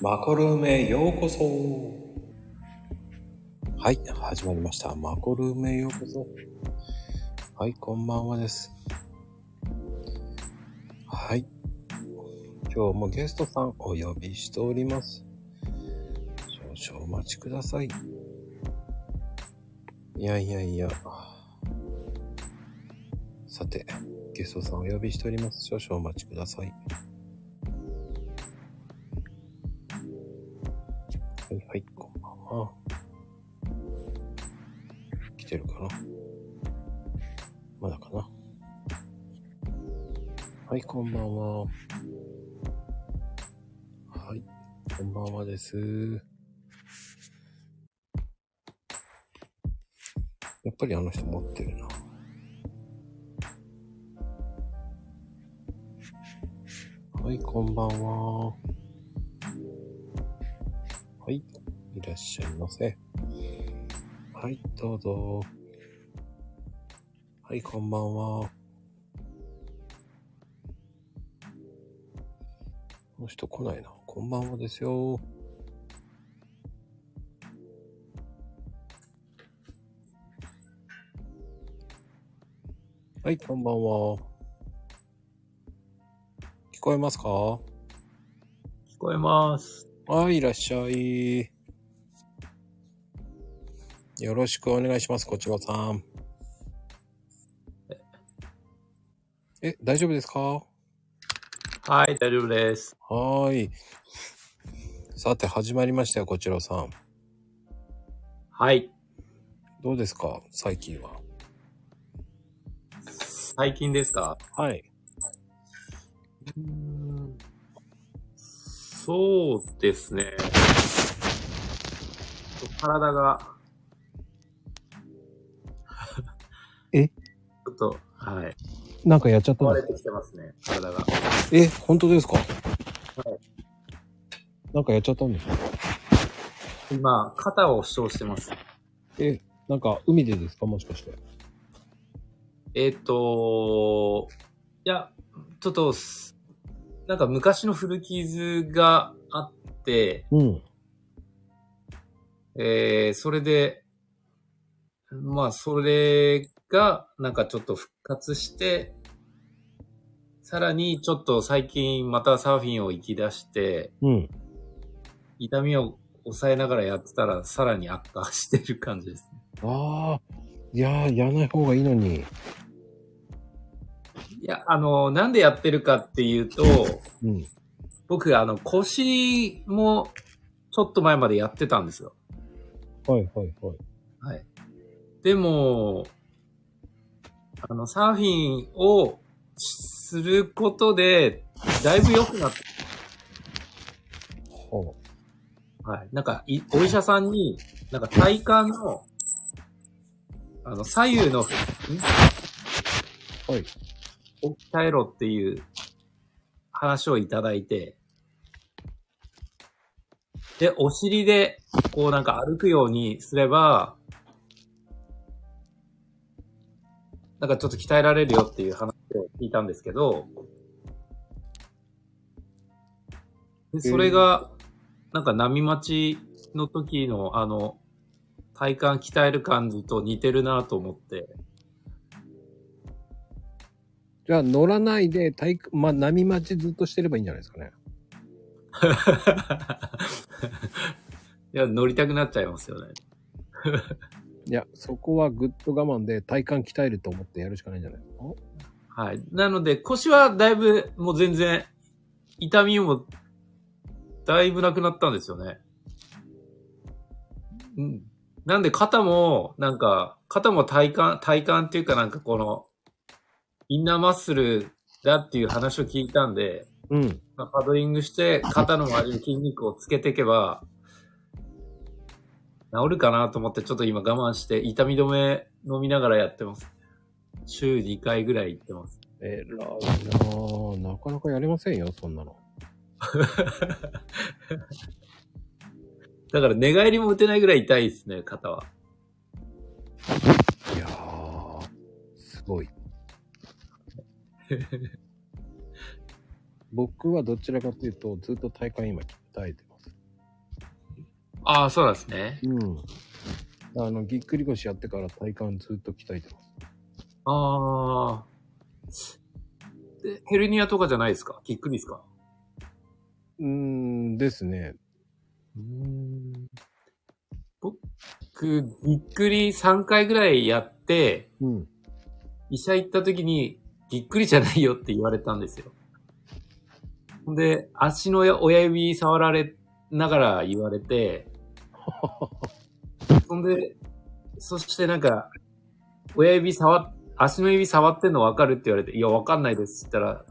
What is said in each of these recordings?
マコルームへようこそはい、始まりました。マコルームへようこそはい、こんばんはです。はい。今日もゲストさんお呼びしております。少々お待ちください。いやいやいや。さて、ゲストさんお呼びしております。少々お待ちください。はいはい、こんばんは。来てるかなまだかなはい、こんばんは。はい、こんばんはです。やっぱりあの人持ってるな。はい、こんばんは。はい、いらっしゃいませ。はい、どうぞ。はい、こんばんは。この人来ないな。こんばんはですよ。はい、こんばんは。聞こえますか聞こえます。はい、いらっしゃい。よろしくお願いします、こちらさん。え、大丈夫ですかははい、大丈夫です。ーい。さて、始まりましたよ、こちらさん。はい。どうですか、最近は。最近ですかはい。そうですね。ちょっと体が。えちょっと、はい。なんかやっちゃっ壊れてきてますね、体が。え、本当ですかなんかやっちゃったんですか今、肩を負傷してます。え、なんか海でですかもしかして。えっ、と、いや、ちょっとす、なんか昔の古傷があって、うん。えー、それで、まあ、それが、なんかちょっと復活して、さらにちょっと最近またサーフィンを行き出して、うん。痛みを抑えながらやってたら、さらに悪化してる感じですね。ああ、いやー、やらない方がいいのに。いや、あの、なんでやってるかっていうと、うん。僕、あの、腰も、ちょっと前までやってたんですよ。はいはいはい。はい。でも、あの、サーフィンをすることで、だいぶ良くなった。ははい。なんか、いお医者さんに、なんか体幹の、あの、左右の腹あ、はい。筋を鍛えろっていう話をいただいて、で、お尻で、こうなんか歩くようにすれば、なんかちょっと鍛えられるよっていう話を聞いたんですけど、でそれが、なんか波待ちの時のあの、体幹鍛える感じと似てるなと思って、じゃあ乗らないで体育、まあ、波待ちずっとしてればいいんじゃないですかね。いや、乗りたくなっちゃいますよね。いや、そこはぐっと我慢で体幹鍛えると思ってやるしかないんじゃないですかはい。なので、腰はだいぶ、もう全然、痛みも、だいぶなくなったんですよね。うん。なんで、肩も、なんか、肩も体幹、体幹っていうかなんかこの、インナーマッスルだっていう話を聞いたんで、うん。まあ、パドリングして、肩の周りの筋肉をつけていけば、治るかなと思って、ちょっと今我慢して、痛み止め飲みながらやってます。週2回ぐらい行ってます。えらいなぁ。なかなかやれませんよ、そんなの。だから寝返りも打てないぐらい痛いですね、肩は。いやー、すご い。僕はどちらかというと、ずっと体幹今鍛えてます。ああ、そうなんですね。うん。あの、ぎっくり腰やってから体幹ずっと鍛えてます。ああ。でヘルニアとかじゃないですかぎっくりですかうーん、ですね。うーん僕、ぎっくり3回ぐらいやって、うん。医者行った時に、ぎっくりじゃないよって言われたんですよ。ほんで、足の親指触られながら言われて、そんで、そしてなんか、親指触っ、足の指触ってんの分かるって言われて、いや、分かんないですって言ったら、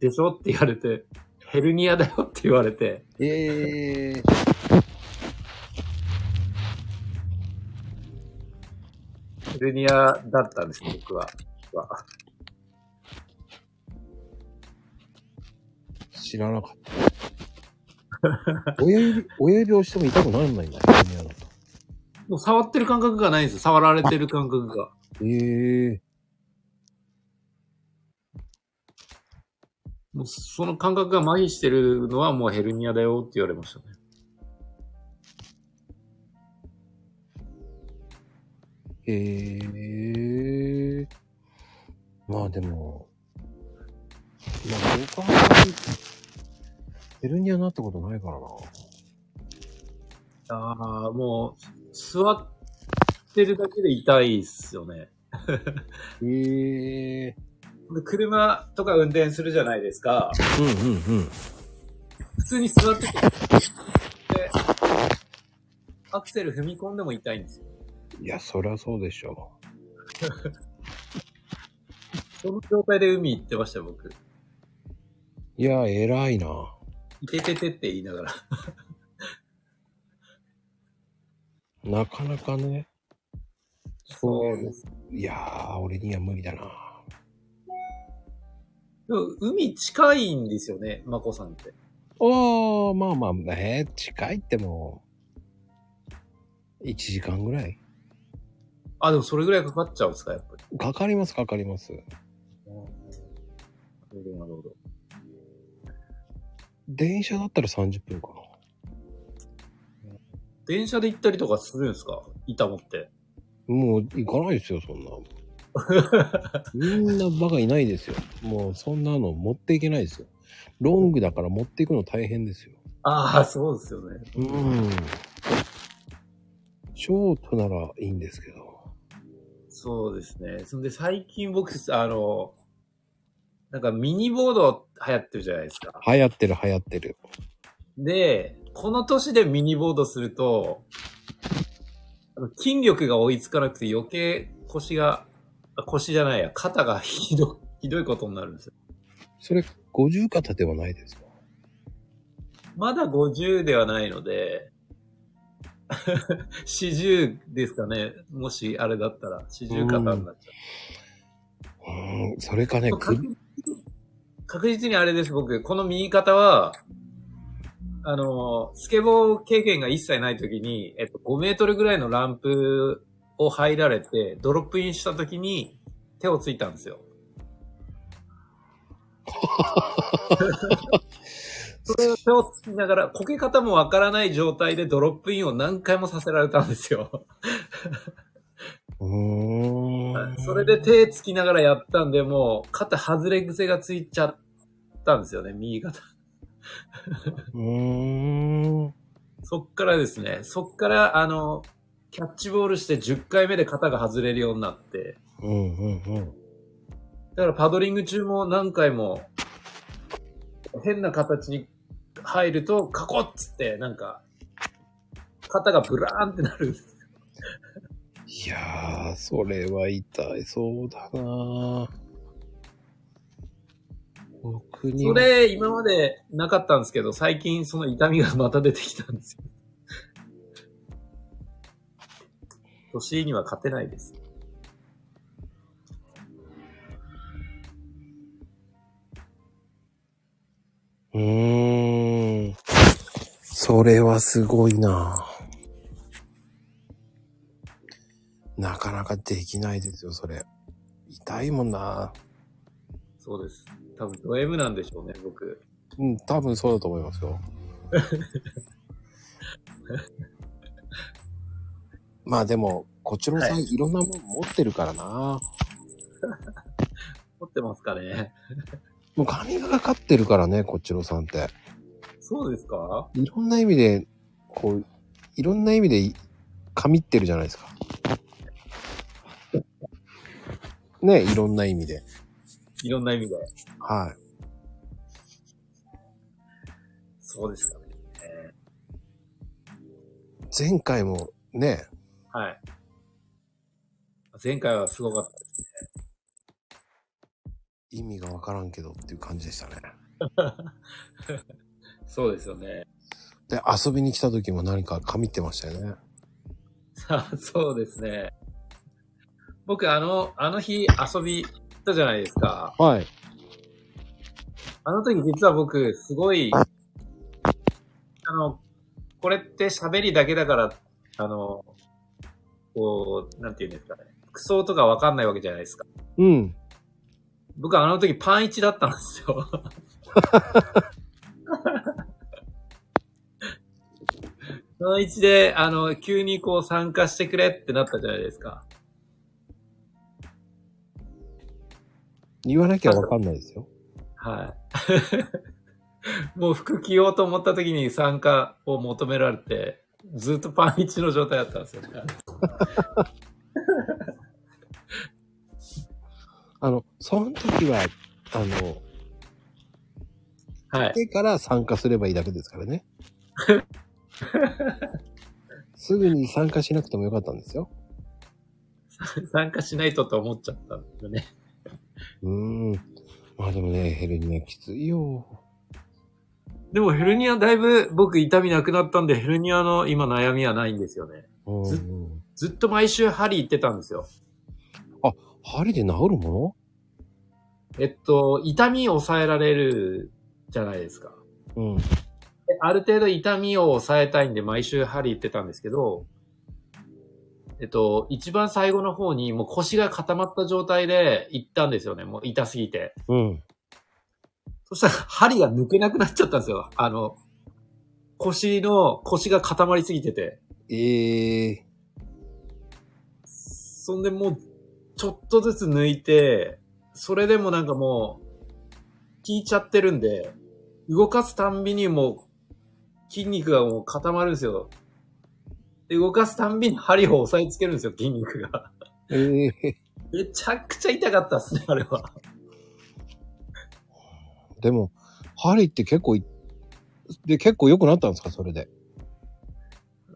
でしょって言われて、ヘルニアだよって言われて、ええヘルニアだったんです、僕は。知らなかった。親指、親指押しても痛くならないんだよ、ヘルニアだと。もう触ってる感覚がないんですよ。触られてる感覚が。ええもうその感覚が麻痺してるのはもうヘルニアだよって言われましたね。ええまあでも、まあ僕は、ヘルニアになったことないからな。ああ、もう、座ってるだけで痛いっすよね。ええで車とか運転するじゃないですか。うんうんうん。普通に座ってて、でアクセル踏み込んでも痛いんですよ。いや、そりゃそうでしょその状態で海行ってましたよ、僕。う。いや、偉いな。いてててって言いながら。なかなかね。そうです。いやー、俺には無理だな。でも海近いんですよね、マコさんって。おー、まあまあ、ね、近いってもう、1時間ぐらいあ、でもそれぐらいかかっちゃうんですか、やっぱり。かかります、かかります。なるほど、なるほど。電車だったら30分かな。電車で行ったりとかするんですか板持って。もう行かないですよ、そんな。みんなバカいないですよ。もうそんなの持っていけないですよ。ロングだから持っていくの大変ですよ。ああ、そうですよね。うん。ショートならいいんですけど。そうですね。そんで最近僕、あの、なんかミニボード流行ってるじゃないですか。流行ってる流行ってる。で、この年でミニボードすると、あの筋力が追いつかなくて余計腰が、あ腰じゃないや、肩が ひど、ひどいことになるんですよ。それ、五十肩ではないですかまだ50ではないので、40ですかね。もしあれだったら、40肩になっちゃう。うーん、それかね、確首実に確実にあれです、僕。この右肩は、あの、スケボー経験が一切ない時に、えっと、5メートルぐらいのランプを入られて、ドロップインした時に手をついたんで すよ。それを手をつきながら、こけ方もわからない状態でドロップインを何回もさせられたんですよ。うーん。それで手つきながらやったんで、もう肩外れ癖がついちゃったんですよね、右肩。うーん。そっからですね、そっから、あの、キャッチボールして10回目で肩が外れるようになって、うんうんうん。だからパドリング中も何回も、変な形に入ると、カコッつって、なんか、肩がブラーンってなるんです。いやー、それは痛いそうだなー僕にそは、れ、今までなかったんですけど、最近その痛みがまた出てきたんですよ。 年には勝てないです。うーん。それはすごいななかなかできないですよ、それ。痛いもんなそうです。多分ド M なんでしょうね、僕。うん、多分そうだと思いますよ。まあでも、こちらさん、はいい、ろんなもん持ってるからな。持ってますかね。もう神がかかってるからね、こちらさんって。そうですかいろんな意味で、こう、いろんな意味でい、神ってるじゃないですか。ね、いろんな意味で。いろんな意味で。はそうですかね。い。前回もね、はい。前回はすごかった。意味がわからんけどっていう感じでしたね。そうですよね。 で、遊びに来た時も何か神ってましたよね。さあ、そうですね。僕、あの、あの日遊び行ったじゃないですか。はい。あの時実は僕、すごい、あの、これって喋りだけだから、あの、こう、なんて言うんですかね。服装とかわかんないわけじゃないですか。うん。僕あの時パン1だったんですよ。 パン1で、あの、急にこう参加してくれってなったじゃないですか。言わなきゃわかんないですよ。はい。 もう服着ようと思った時に参加を求められて、ずっとパン1の状態だったんですよね。あの、その時は、あの、はい。手から参加すればいいだけですから ね。すぐに参加しなくてもよかったんですよ。参加しないとと思っちゃったんですよね。うーん。まあでもね、ヘルニアきついよ。でもヘルニアだいぶ僕痛みなくなったんで、ヘルニアの今悩みはないんですよね。うんずうん。ずっと毎週針行ってたんですよ。針で治るもえっと、痛みを抑えられるじゃないですか。のうん。である程度痛みを抑えたいんで毎週針行ってたんですけど、えっと、一番最後の方にもう腰が固まった状態で行ったんですよね。もう痛すぎて。うん。そしたら針が抜けなくなっちゃったんですよ。あの、腰の、腰が固まりすぎてて。ええそんでもう、ちょっとずつ抜いて、それでもなんかもう、効いちゃってるんで、動かすたんびにもう、筋肉がもう固まるんですよ。で、動かすたんびに針を押さえつけるんですよ、筋肉が。ええめちゃくちゃ痛かったっすね、あれは。でも、針って結構い、で、結構良くなったんですかそれで。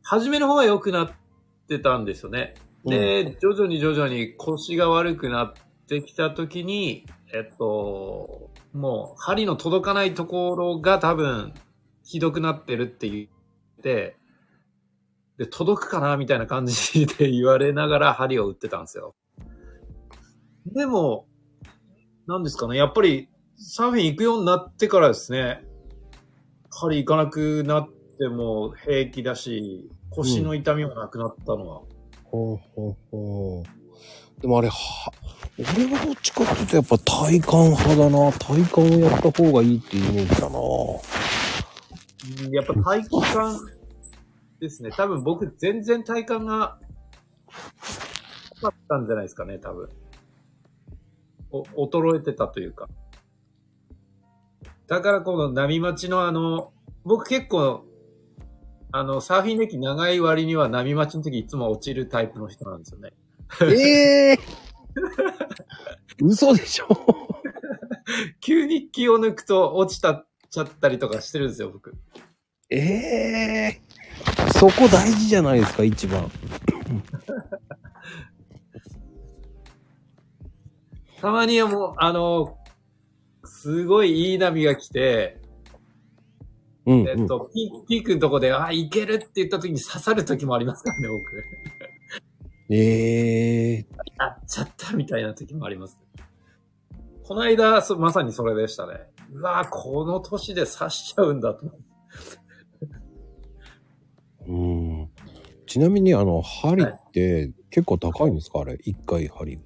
初めの方は良くなってたんですよね。で、徐々に徐々に腰が悪くなってきたときに、えっと、もう針の届かないところが多分ひどくなってるって言って、で、届くかなみたいな感じで言われながら針を打ってたんですよ。でも、なんですかね、やっぱりサーフィン行くようになってからですね、針行かなくなっても平気だし、腰の痛みもなくなったのは、ほうほうほう。でもあれ、は、俺はどっちかっていうとやっぱ体幹派だな。体幹をやった方がいいっていうイメージ だな。うんやっぱ体幹ですね。多分僕全然体幹が良かったんじゃないですかね、多分。お、衰えてたというか。だからこの波待ちのあの、僕結構、あの、サーフィン歴長い割には波待ちの時いつも落ちるタイプの人なんですよね。ええ嘘でしょ急に気を抜くと落ちたっちゃったりとかしてるんですよ、僕。ええそこ大事じゃないですか、一番。たまにはもう、あの、すごいいい波が来て、うん、うんえっと、ピピークのとこで、あ、いけるって言った時に刺さる時もありますからね、僕。ええあっちゃったみたいな時もあります。この間、そまさにそれでしたね。うわこの年で刺しちゃうんだと。うん。ちなみに、あの、針って結構高いんですかあれ、一回針。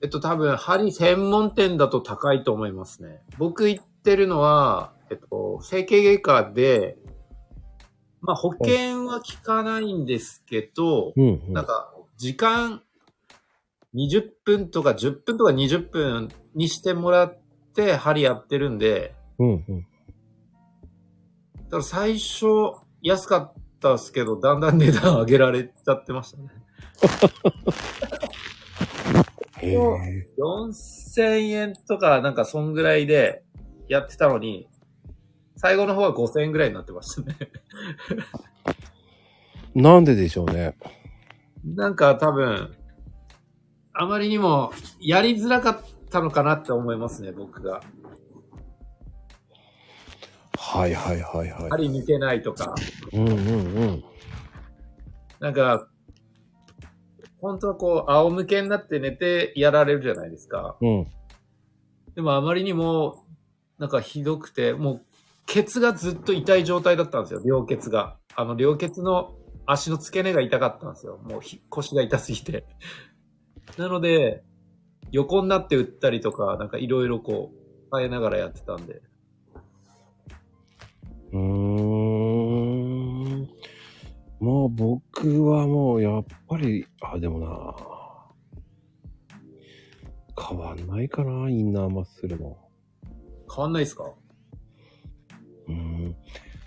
えっと、多分、針専門店だと高いと思いますね。僕行ってるのは、えっと、整形外科で、まあ、保険は効かないんですけど、うん、うん。なんか、時間、20分とか10分とか20分にしてもらって、針やってるんで、うん、うん。だから最初、安かったですけど、だんだん値段上げられちゃってましたね。へえ。 4000円とか、なんかそんぐらいでやってたのに、最後の方は5000円ぐらいになってましたね。 なんででしょうね。なんか多分、あまりにもやりづらかったのかなって思いますね、僕が。はいはいはいはい。針抜けないとか。うんうんうん。なんか、本当はこう、仰向けになって寝てやられるじゃないですか。うん。でもあまりにも、なんかひどくて、もう、ケツがずっと痛い状態だったんですよ、両ケツが。あの、両ケツの足の付け根が痛かったんですよ。もうひ腰が痛すぎて。 なので、横になって打ったりとか、なんかいろいろこう、変えながらやってたんで。うーんもう僕はもうやっぱり、あ、でもな変わんないかな、インナーマッスルも。変わんないですかうん。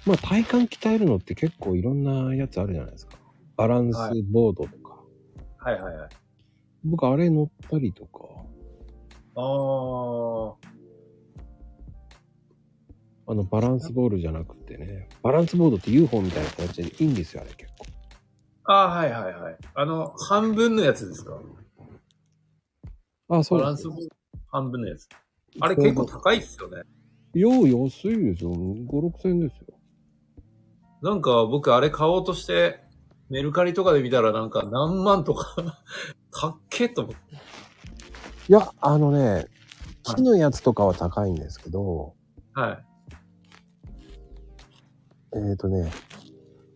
まあ体幹鍛えるのって結構いろんなやつあるじゃないですか。バランスはボードとか。はいはいはい。僕あれ乗ったりとか、あー。あのバランスボールじゃなくてね、バランスボードって UFO みたいな形でいいんですよ、あれ結構。あー、はいはいはい。あの、半分のやつですかあ、そバうラでンすス。半分のやつ。あれ結構高いっすよね。よう安いですよ。5、6千円ですよ。なんか僕あれ買おうとして、メルカリとかで見たらなんか何万とか、 かっけえと思って。いや、あのね、木のやつとかは高いんですけど、はい。えっ、ー、とね、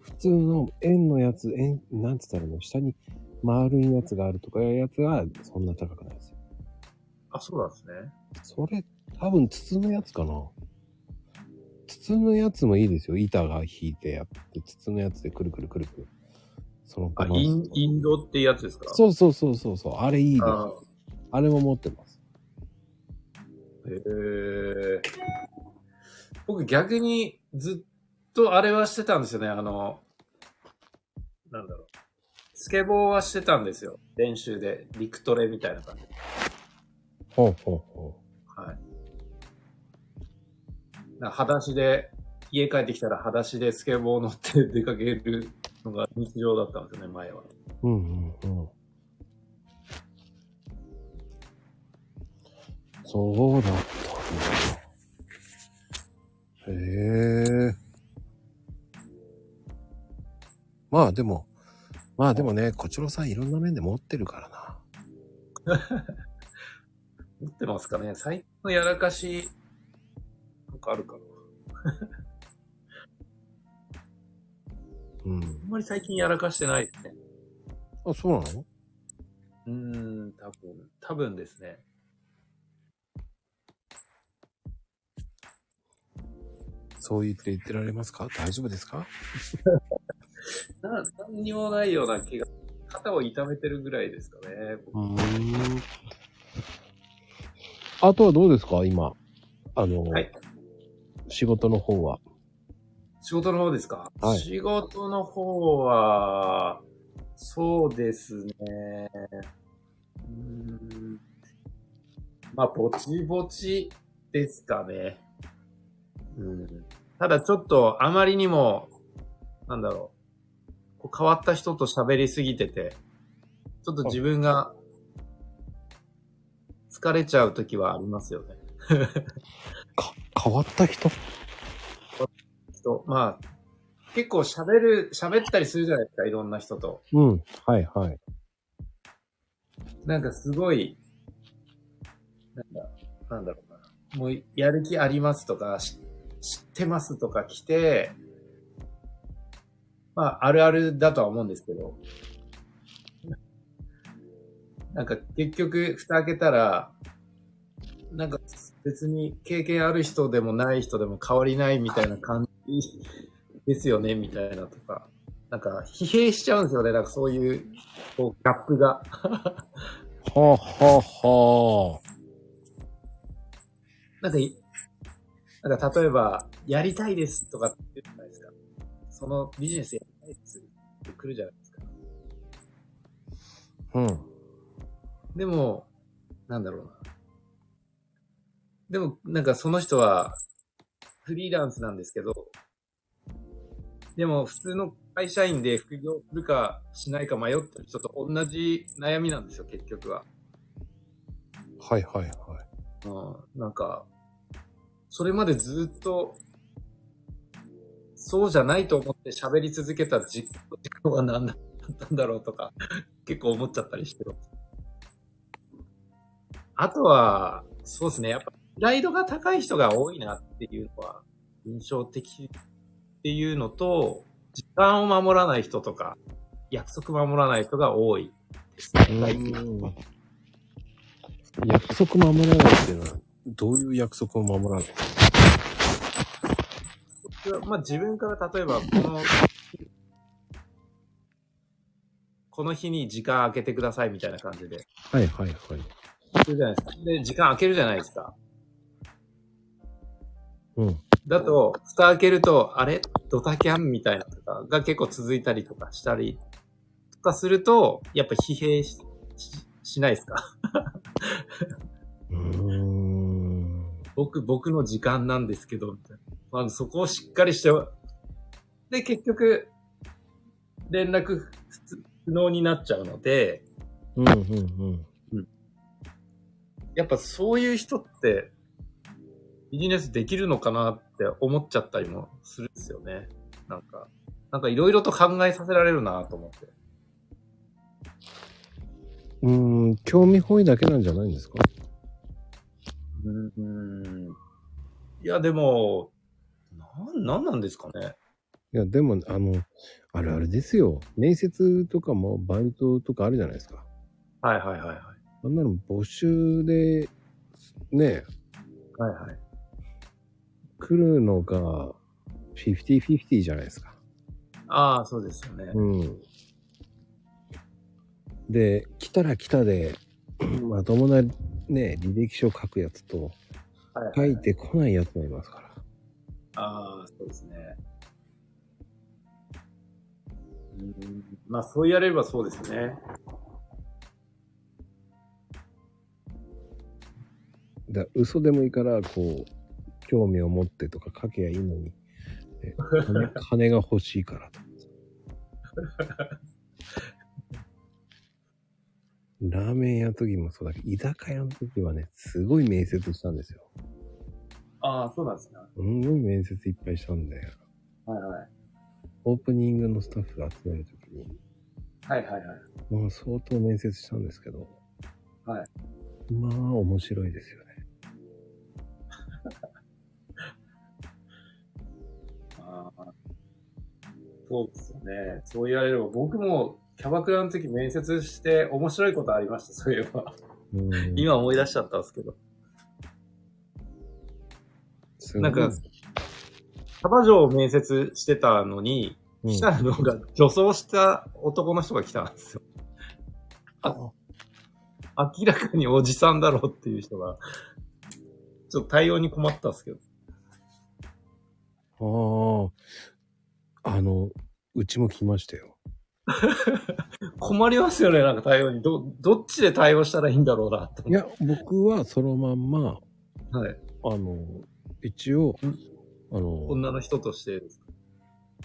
普通の円のやつ、円、なんつったらいいの、下に丸いやつがあるとかいうやつはそんな高くないですよ。あ、そうなんですね。それ、多分筒のやつかな。筒のやつもいいですよ。板が引いてやって、筒のやつでくるくるくるくる。そのあ、まイン、インドってやつですかそうそうそうそうそう。あれいいです。ああれも持ってます。へえ。僕逆にずっとあれはしてたんですよね。あの、なんだろう。スケボーはしてたんですよ。練習で。陸トレみたいな感じ。ほうほうほはい。なんか裸足で、家帰ってきたら裸足でスケボー乗って 出かけるのが日常だったんですよね、前は。う。うんうんうん。そうだったんだ。へえ。まあでも、まあでもね、こちろさんいろんな面で持ってるからな。持ってますかね最近のやらかし、なんかあるかなうんあ。んまり最近やらかしてないですね。あ、そうなのうーん、多分、多分ですね。そう言って言ってられますか大丈夫ですかな、何にもないような気が、肩を痛めてるぐらいですかね。うーん。あとはどうですか今。あの、はい仕事の方は。仕事の方ですか、はい仕事の方は、そうですね。うーんまあ、ぼちぼちですかね。うん、ただちょっとあまりにも、なんだろう、こう変わった人と喋りすぎてて、ちょっと自分が疲れちゃう時はありますよね。か、変わった人人、まあ、結構喋る、喋ったりするじゃないですか、いろんな人と。うん。はいはい。なんかすごい、なんだ、なんだろうな。もう、やる気ありますとか、し知ってますとか来て、まあ、あるあるだとは思うんですけど、なんか結局、蓋開けたら、なんか別に経験ある人でもない人でも変わりないみたいな感じ ですよね、みたいなとか。なんか、疲弊しちゃうんですよね。なんかそういう、こう、ギャップが。はあ、はあ、はあ。なんかい、なんか例えば、やりたいですとかって言うじゃないですか。そのビジネスやりたいですって来るじゃないですか。うん。でも、なんだろうな。でも、なんかその人は、フリーランスなんですけど、でも普通の会社員で副業するかしないか迷ってる人と同じ悩みなんですよ、結局は。はいはいはい。うん、なんか、それまでずっと、そうじゃないと思って喋り続けた実感は何だったんだろうとか、結構思っちゃったりしてる。あとは、そうですね、やっぱ、プライドが高い人が多いなっていうのは、印象的っていうのと、時間を守らない人とか、約束守らない人が多いですね。うん約束守らないっていうのは、どういう約束を守らないまあ自分から例えば、この、この日に時間空けてくださいみたいな感じで。はいはいはい。するじゃないですか。で、時間空けるじゃないですか。うん。だと、蓋開けると、あれドタキャンみたいなとかが結構続いたりとかしたりとかすると、やっぱ疲弊しししないですかうーん。僕、僕の時間なんですけど、みたいな。まあ、そこをしっかりして、で、結局、連絡不不能になっちゃうので、うんうんやっぱそういう人って、ビジネスできるのかなって思っちゃったりもするんですよね。なんか、なんかいろいろと考えさせられるなと思って。うん。うーん、興味本位だけなんじゃないんですかうん。いや、でも、なん、なんなんですかね。いや、でも、あの、あれあれですよ。面接とかもバイトとかあるじゃないですか。はいはいはいはい。あんなの募集で、ね、はいはい。来るのが、50-50じゃないですか。ああ、そうですよね。うん。で、来たら来たで、 まともなね、履歴書書くやつと、はいはい書いてこないやつもいますから。ああ、そうですね。うんまあ、そうやればそうですね。だから嘘でもいいから、こう、興味を持ってとか書けばいいのに、ね 金金が欲しいからと。ラーメン屋の時もそうだけど、居酒屋の時はね、すごい面接したんですよ。ああ、そうなんですね。すんごい面接いっぱいしたんだよ。はいはい。オープニングのスタッフ集める時に、はいはいはい。まあ相当面接したんですけど。。はいまあ面白いですよね。あーそうですよね。そう言われれば、僕もキャバクラの時面接して面白いことありました、そういえば。うん、今思い出しちゃったんですけど。すごないんか、キャバ嬢を面接してたのに、うん来たのが女装した男の人が来たんですよ。あ明らかにおじさんだろうっていう人が、ちょっと対応に困ったんですけど。あー、あの、うちも来ましたよ。困りますよね、なんか対応に。ど、どっちで対応したらいいんだろうな、とい思っや、僕はそのまんま、て。はい。あの、一応うん、あの、女の人としてですか。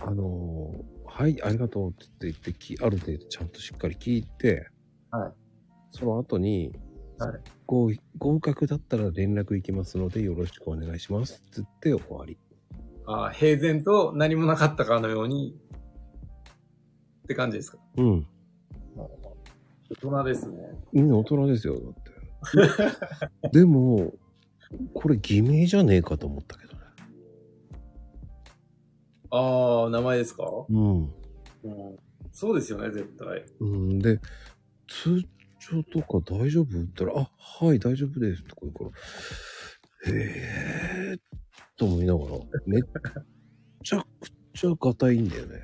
あの、はい、ありがとうって言ってき、ある程度ちゃんとしっかり聞いて、はいその後に、はい合合格だったら連絡いきますのでよろしくお願いしますって言って終わり。ああ、平然と何もなかったかのように、って感じですか。うん。大人ですね。みんな大人ですよ、だ って。でも、これ偽名じゃねえかと思ったけどね。ああ、名前ですか、うん。うん、そうですよね、絶対。うん、で、通帳とか大丈夫って言ったら、あ、はい、大丈夫ですとか言うから、へえーと思いながら、めっちゃくちゃ硬いんだよね。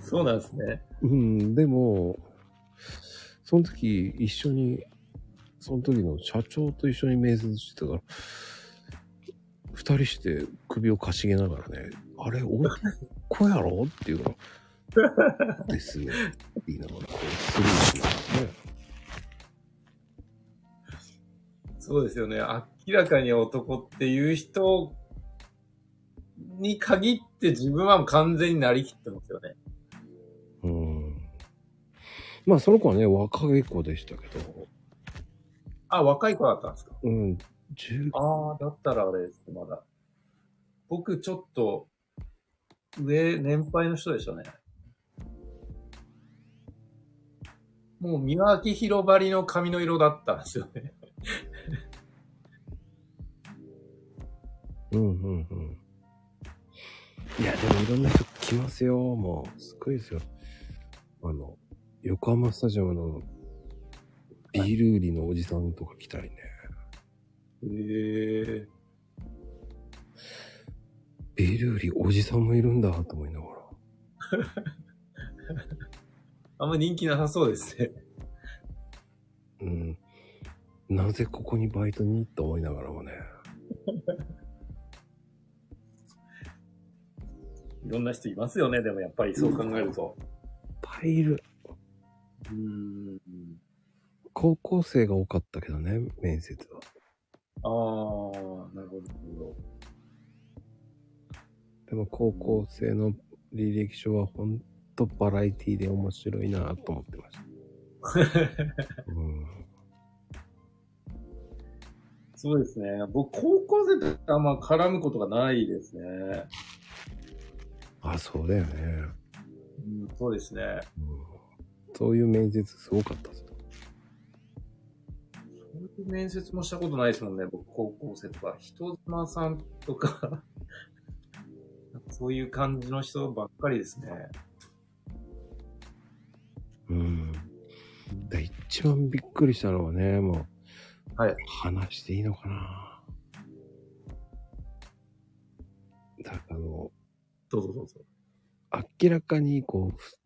そうなんですね。うん、でも、その時一緒に、その時の社長と一緒に面接してたから、二人して首をかしげながらね、あれ、おい子やろっていうの。ですよ。って言いながら、こう、スルーしますね。そうですよね。明らかに男っていう人に限って自分は完全になりきってますよね。うん。まあ、その子はね、若い子でしたけど、あ、若い子だったんですかうん、10ああ、だったらあれです、まだ。僕、ちょっと、上、年配の人でしたね。もう、三輪明宏ばりの髪の色だったんですよね。うんうんうん。いや、でもいろんな人来ますよ。もう、すごいですよ。あの、横浜スタジアムのビール売りのおじさんとか来たりね。へえ。ビール売りおじさんもいるんだと思いながら。あんま人気なさそうですね。うん。なぜここにバイトにと思いながらもね。いろんな人いますよね、でもやっぱりそう考えると。パイル、うん。高校生が多かったけどね、面接は。ああ、なるほど。でも高校生の履歴書はほんとバラエティで面白いなと思ってました。うん。そうですね。僕、高校生とあんま絡むことがないですね。あ、そうだよね。うん、そうですね。うんそういう面接すごかったです。そういう面接もしたことないですもんね、僕、高校生とか。人妻さんとか、 そういう感じの人ばっかりですね。うん。で一番びっくりしたのはね、もう。はい。話していいのかなだからあの、どうぞどうぞ。明らかにこうふ、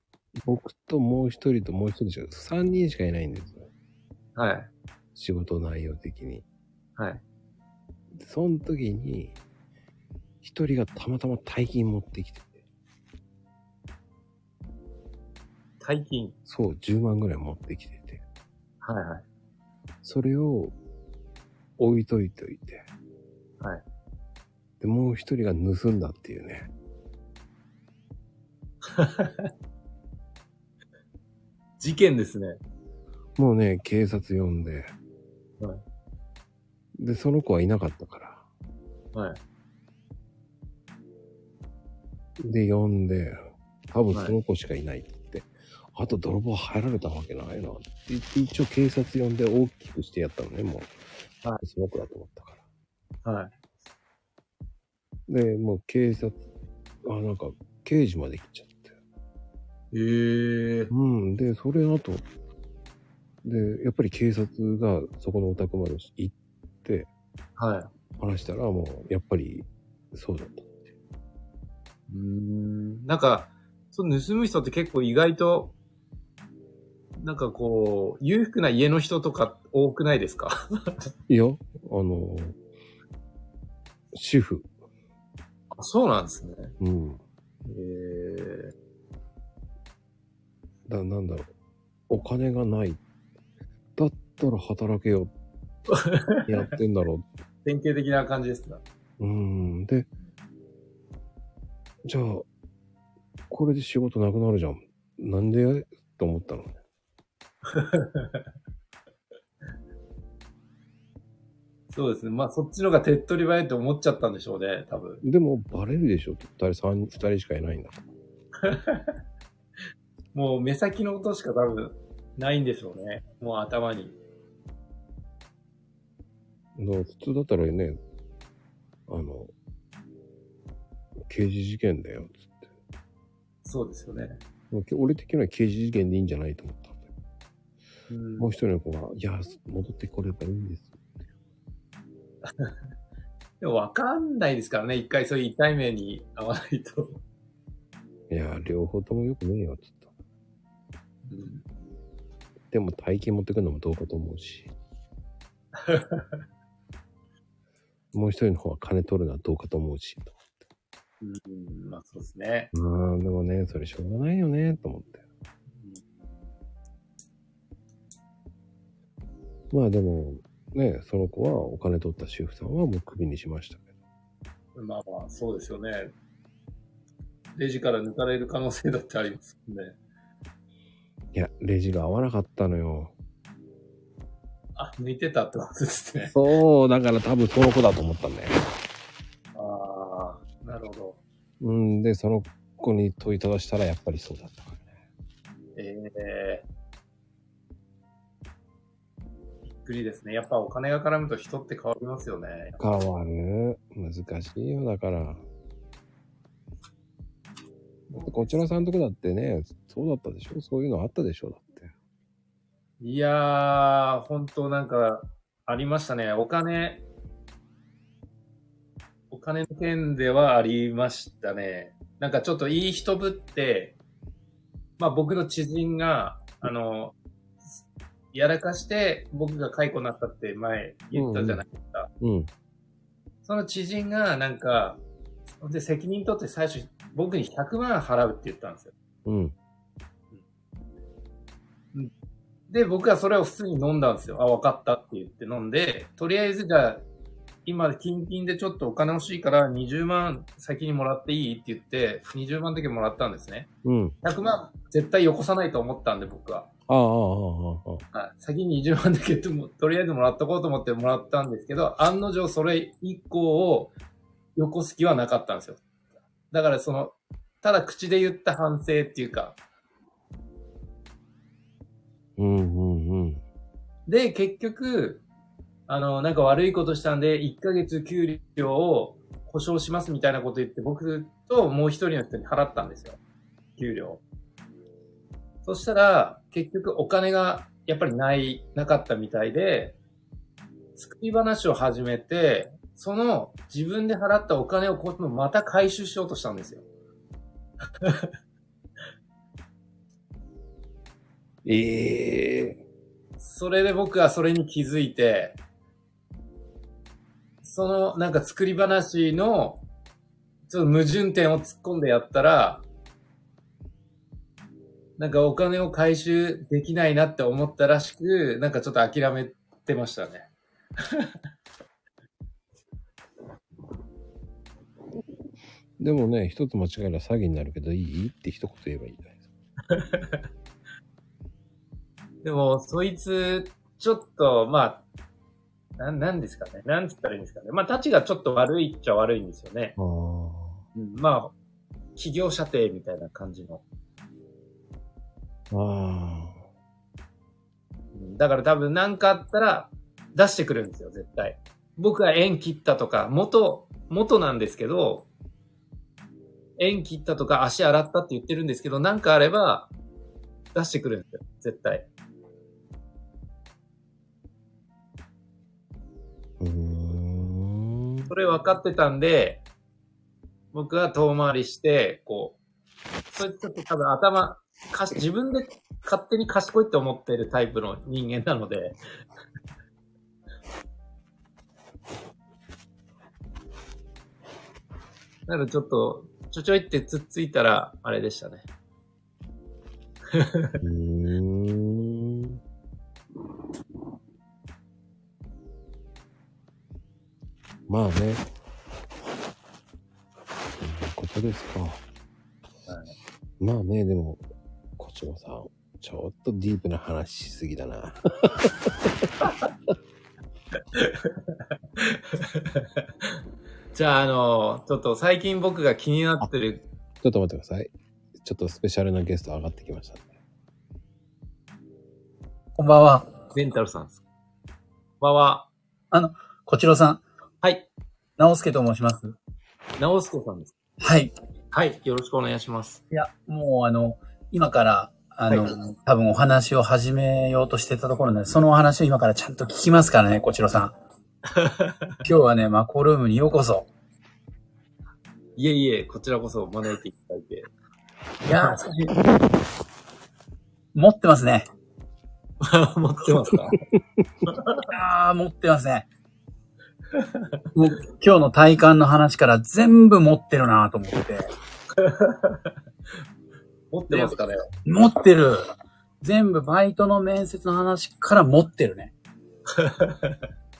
僕ともう一人ともう一人しか、三人しかいないんですよ。はい。仕事内容的に。はい。でその時に、一人がたまたま大金持ってきてて、大金。そう、10万ぐらい持ってきてて。はいはい。それを置いといておいて。はい。で、もう一人が盗んだっていうね。事件ですね。もうね、警察呼んで。はで、その子はいなかったから。はい。で、呼んで、多分その子しかいないって言って。あと泥棒入られたわけないな。って言って、一応警察呼んで大きくしてやったのね、もう。はその子だと思ったから。はい。で、もう警察、あ、なんか、刑事まで来ちゃって。えー。うん、で、それ後、で、やっぱり警察がそこのお宅まで行ってはい。話したら、もう、やっぱり、そうだった。うーん。なんか、その盗む人って結構意外と、なんかこう、裕福な家の人とか多くないですかいや、あの、主婦。そうなんですね。うん。えー。だ、なんだろう。お金がない。だったら働けよ。やってんだろ典型的な感じですね。う。うん。で、じゃあ、これで仕事なくなるじゃん。なんでと思ったの。そうですね。まあ、そっちのが手っ取り早いと思っちゃったんでしょうね、多分。でもバレるでしょ二人三人二人しかいないんだもう目先のことしか多分ないんでしょうね。もう頭に。の普通だったらねあの刑事事件だよつってそうですよね。もうき俺的には刑事事件でいいんじゃないと思ったんだようんもう一人の子が「いや戻ってこればいいんです」でもわかんないですからね。一回そういう痛い目に遭わないと。いや、両方ともよくねえよ、ちょっと。うんでも体験持ってくるのもどうかと思うし。もう一人の方は金取るのはどうかと思うし。うん、まあそうですね。うーん、でもね、それしょうがないよね、と思って。まあでも、ね、その子はお金取った主婦さんはもうクビにしましたけど。まあまあ、そうですよね。レジから抜かれる可能性だってありますよね。いや、レジが合わなかったのよ。あ、抜いてたってことですね。そう、だから多分その子だと思ったんだよ。ああ、なるほど。うん、で、その子に問いただしたらやっぱりそうだったからね。ええびっくりですね。やっぱお金が絡むと人って変わりますよね。変わる。難しいよ、だから。こちらさんとこだってね、そうだったでしょそういうのあったでしょだって。いやー、本当なんか、ありましたね。お金、お金の件ではありましたね。なんかちょっといい人ぶって、まあ僕の知人が、あの、やらかして僕が解雇になったって前言ったじゃないですか。うん。その知人がなんか、で責任取って最初僕に100万払うって言ったんですよ。うん。で、僕はそれを普通に飲んだんですよ。あ、わかったって言って飲んで、とりあえずじゃあ、今、キンキンでちょっとお金欲しいから20万先にもらっていいって言って、20万だけもらったんですね。うん。 100万絶対よこさないと思ったんで、僕は。ああ、ああ、ああ、ああ。はい先に20万だけとも、とりあえずもらっとこうと思ってもらったんですけど、案の定それ以降をよこす気はなかったんですよ。だからその、ただ口で言った反省っていうか、うん、うん、うん。で、結局、あの、なんか悪いことしたんで、1ヶ月給料を保証しますみたいなこと言って、僕ともう一人の人に払ったんですよ。給料。そしたら、結局お金がやっぱりない、なかったみたいで、作り話を始めて、その自分で払ったお金をこうまた回収しようとしたんですよ。ええそれで僕はそれに気づいて、そのなんか作り話のちょっと矛盾点を突っ込んでやったら、なんかお金を回収できないなって思ったらしく、なんかちょっと諦めてましたね。でもね、一つ間違えれば詐欺になるけどいいって一言言えばいいじゃないですか。でも、そいつ、ちょっと、まあ、なん、なんですかね。なんつったらいいんですかね。まあ、たちがちょっと悪いっちゃ悪いんですよね。ああ。まあ、企業射程みたいな感じの。あだから多分何かあったら出してくるんですよ、絶対。僕は縁切ったとか、元、元なんですけど、縁切ったとか足洗ったって言ってるんですけど、何かあれば出してくるんですよ、絶対。あ。うーん。それ分かってたんで、僕は遠回りして、こう、それちょっと多分頭、かし自分で勝手に賢いって思ってるタイプの人間なので、なのでちょっと、ちょちょいってつっついたら、あれでしたね。うーん。まあね。そんなことですか。まあね、でも、こちらさん、ちょっとディープな話しすぎだな。 じゃあ、あの、ちょっと最近僕が気になってる、ちょっと待ってください。ちょっとスペシャルなゲスト上がってきましたね。こんばんは。レンタルさんです。こんばんは。こちらさん、はい。直輔と申します。直すこさんです。はい。はい。よろしくお願いします。いや、もうあの、今から、あの、多分お話を始めようとしてたところなので、そのお話を今からちゃんと聞きますからね、こちらさん。今日はね、マコルームにようこそ。いえいえ、こちらこそ招いていただいて。いやー、持ってますね。持ってますかいやー、持ってますね。もう今日の体感の話から全部持ってるなと思って。持ってますかね持ってる全部バイトの面接の話から持ってる ね。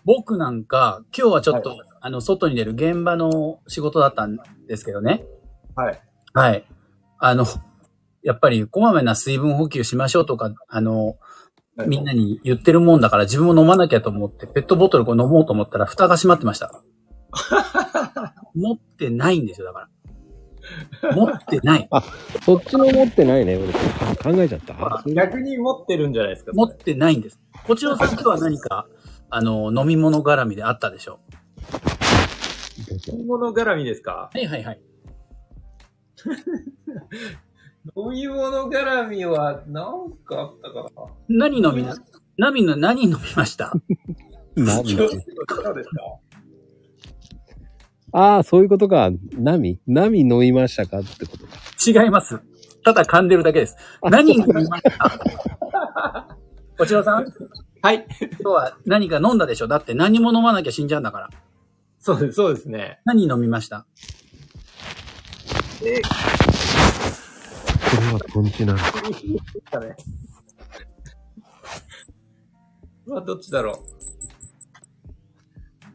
僕なんか、今日はちょっと、あの、外に出る現場の仕事だったんですけどね。はい。はい。あの、やっぱりこまめな水分補給しましょうとか、あの、みんなに言ってるもんだから自分も飲まなきゃと思って、ペットボトルこう飲もうと思ったら蓋が閉まって ました。持ってないんですよ、だから。持ってない。そっちの持ってないね、俺。考えちゃった。逆に持ってるんじゃないですか持ってないんです。こちらさん今日は何か、あの、飲み物絡みであったでしょ飲み物絡みですかう。はいはいはい。飲み物絡みは何かあったかな何飲みな、何の、何飲みましたナミ今日そうですかああ、そういうことか。ナミナミ飲みましたかってことか。違います。ただ噛んでるだけです。何飲みました こちらさん、はい。今日は何か飲んだでしょだって何も飲まなきゃ死んじゃうんだから。そうです、そうですね。何飲みましたこれはトンチなのか。うわ、どっちだろう。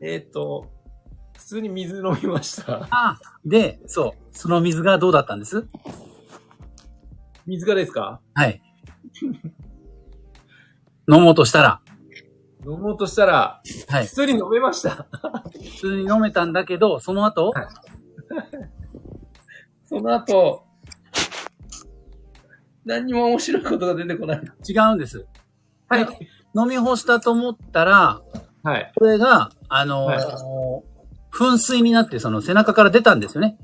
えっ、ー、と、普通に水飲みました。あで、そう。その水がどうだったんです水がですか はい。飲もうとしたら、飲もうとしたら、はい普。通に飲めました。普通に飲めたんだけど、その後、はいその後、何にも面白いことが出てこない。違うんです。はい。飲み干したと思ったら、はい。これが、あのーはい噴水になって、その背中から出たんですよね。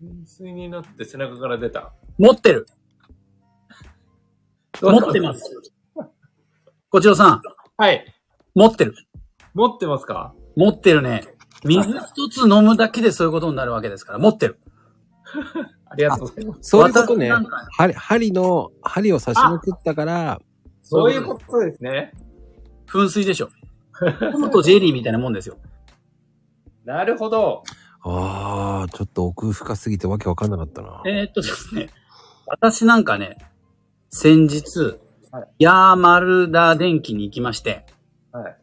噴水になって背中から出た。。持ってる。持ってますす。こちらさん、はい。持ってる。持ってますか持ってるね。水一つ飲むだけでそういうことになるわけですから、持ってる。ありがとうございます。そういうことね私なん。か針、針の、針を差しまくったから、そういうことですね。噴水でしょ。トムとジェリーみたいなもんですよ。なるほど。ああ、ちょっと奥深すぎてわけわかんなかったな。えーっとですね、私なんかね、先日、はいヤーマルダ電機に行きまして、はい。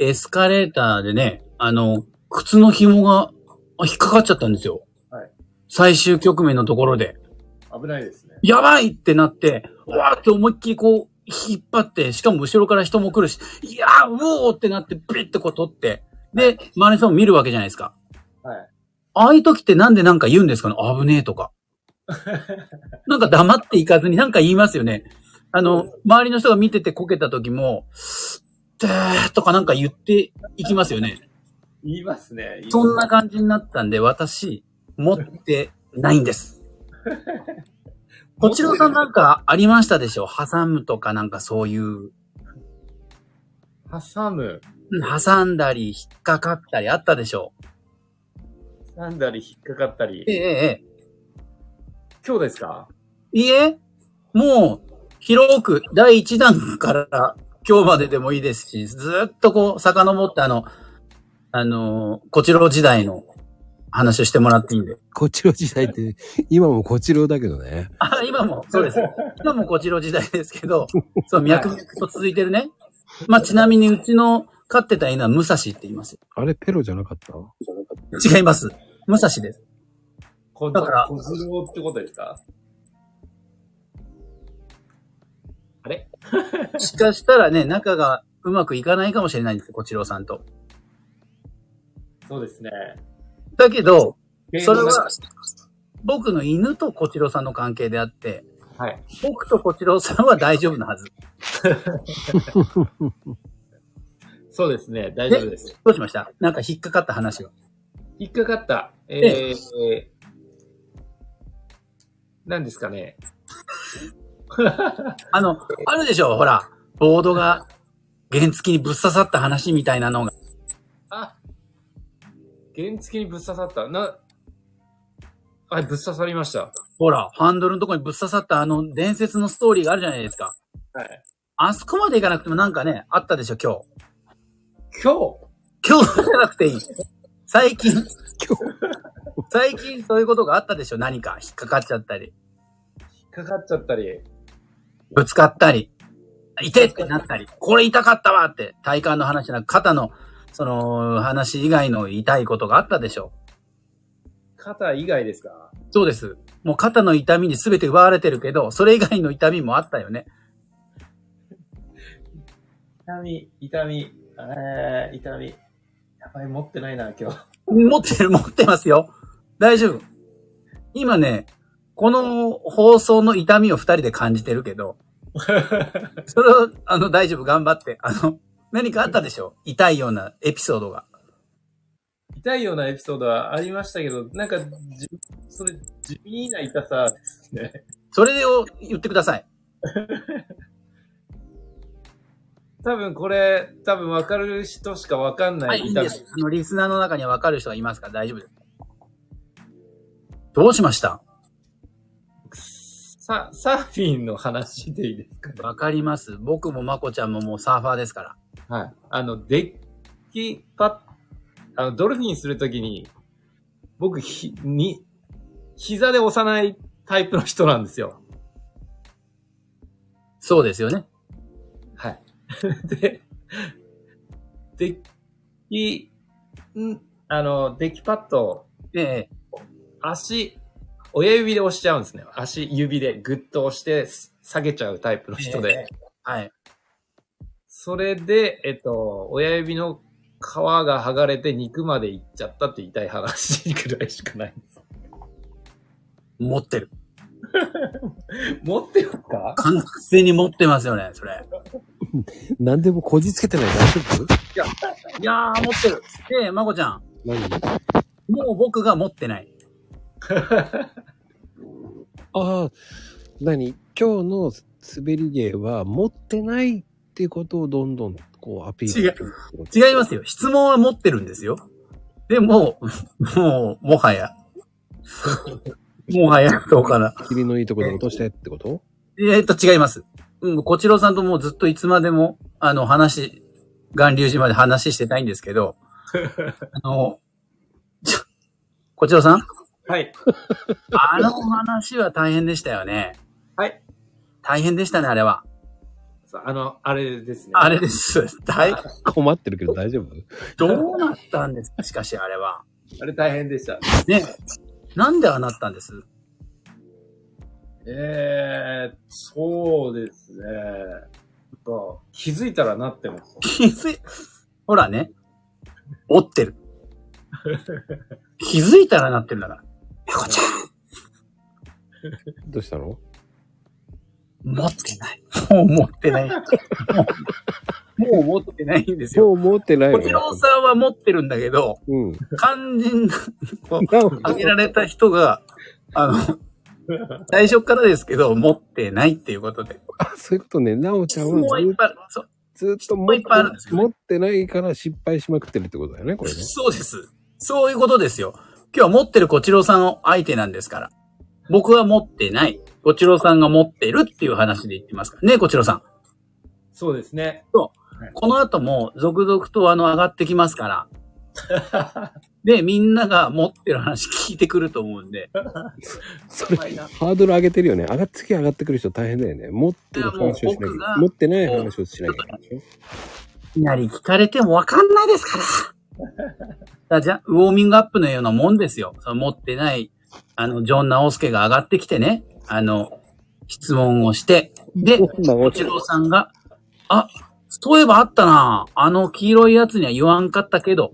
エスカレーターでね、あの、靴の紐があ引っかかっちゃったんですよ。はい最終局面のところで、危ないですね。やばいってなって、わーって思いっきりこう、引っ張って、しかも後ろから人も来るし、いやー、うおーってなって、ビリッてこう取って、で、周りの人も見るわけじゃないですか。はい。ああいう時ってなんでなんか言うんですかね危ねえとか。なんか黙っていかずになんか言いますよね。あの、周りの人が見ててこけた時も、でーとかなんか言っていきますよね。言いますね。そんな感じになったんで、私、持ってないんです。こちらさんなんかありましたでしょ挟むとかなんかそういう、挟む、挟んだり引っかかったりあったでしょ挟んだり引っかかったりえ。ええ今日ですかえ。いいえ、もう、広く、第1弾から今日まででもいいですし、ずーっとこう、遡ってあの、あのー、こちら時代の話をしてもらっていいんで。こちろ時代って、今もこちろだけどね。あ、今も、そうです。今もこちら時代ですけど、そう、脈々と続いてるね。まあ、ちなみにうちの飼ってた犬は武蔵って言いますよ。あれ、ペロじゃなかった違います。武蔵です。こだから小次郎ってことですかあれしかしたらね、仲がうまくいかないかもしれないんですよ、こちらさんと。そうですね。だけど、そ原れ因は、僕の犬とこちらさんの関係であって、がはい。僕とこちらさんは大丈夫なはず。そうですね。大丈夫です。どうしましたなんか引っかかった話は。引っかかった。えー、えー、何ですかね。 あの、あるでしょほら、ボードが、原付にぶっ刺さった話みたいなのが、あ、原付にぶっ刺さった。な、あれ、ぶっ刺さりました。ほら、ハンドルのとこにぶっ刺さったあの伝説のストーリーがあるじゃないですか。はい。あそこまで行かなくてもなんかね、あったでしょ、今日。今日今日じゃなくていい。最近、最近そういうことがあったでしょ、何か。引っかかっちゃったり、引っかかっちゃったり。ぶつかったり、痛いってなったり、これ痛かったわって、体幹の話じゃなく、肩の、その、話以外の痛いことがあったでしょ。肩以外ですかそうです。もう肩の痛みに全て奪われてるけど、それ以外の痛みもあったよね。痛み、痛み、えー、痛み。やばい、持ってないな、今日。持ってる、持ってますよ。大丈夫。今ね、この放送の痛みを二人で感じてるけど、それを、あの、大丈夫、頑張って。あの、何かあったでしょ痛いようなエピソードが。痛いようなエピソードはありましたけど、なんか、じそれ、地味な痛さですね。それを言ってください。多分これ、多分分かる人しか分かんなはい、いいい痛み。です。あの、リスナーの中には分かる人がいますから大丈夫です。どうしましたさ、サーフィンの話でいいですかね。わかります。僕もまこちゃんももうサーファーですから。はい。あの、デッキパッ、あの、ドルフィンするときに、僕、ひ、に、膝で押さないタイプの人なんですよ。そうですよね。はい。 で、デッキ、ん、あの、デッキパッドをええ。足、親指で押しちゃうんですね。足、指でグッと押してす下げちゃうタイプの人で。はい。それで、えっと、親指の皮が剥がれて肉までいっちゃったって痛い話ぐらいしかないんです。持ってる。 持ってますか完全に持ってますよね、それ。何でもこじつけてない大丈夫いやー、持ってる。で、まこちゃん、何あもう僕が持ってない。あ、何今日の滑り芸は持ってないってことをどんどんこうアピール違う違いますよ。質問は持ってるんですよ。でも、 もう、もはや。もはや、どうかな。霧のいいとこで落としてってことえーっと、違います。うん、こちろさんともうずっといつまでも、あの、話、巌流島で話してたいんですけ ど、あの、ちょ、こちろさんはい。あの話は大変でしたよね。はい。大変でしたね、あれは。そうあの、あれですね。あれです。大、困ってるけど大丈夫どうなったんですかしかし、あれは。あれ大変でした。ね。なんでああなったんですえー、そうですね。なんか気づいたらなってます。気づい、ほらね。折って る。気づいたらなってるんだから。まこちゃん、どうしたの持ってない。もう持ってない。もう、もう持ってないんですよ。今日持ってないこよちね。らさんは持ってるんだけど、うん。肝心な、こうなおあげられた人が、あの、最初からですけど、持ってないっていうことで。あそういうことね。なおち質ゃん問ははいっずぱいある。そうずっとも持いっぱいあるんですよね持ってないから失敗しまくってるってことだよね、 これね。そうです。そういうことですよ。今日は持ってるこちろさんを相手なんですから。僕は持ってない。こちろさんが持ってるっていう話で言ってますからね、こちろさん。そうですね。この後も続々とあの上がってきますから。で、みんなが持ってる話聞いてくると思うんで。それ、怖いなハードル上げてるよね。上がっ、次上がってくる人大変だよね。持ってる話をしなきいやもう僕ゃが持ってない話をしなきゃいけないでしょ。いきなり聞かれてもわかんないですから。だじゃウォーミングアップのようなもんですよ。その持ってない、あの、ジョン・ナオスケが上がってきてね、あの、質問をして、で、そんなこことちろさんが、あ、そういえばあったなあの黄色いやつには言わんかったけど。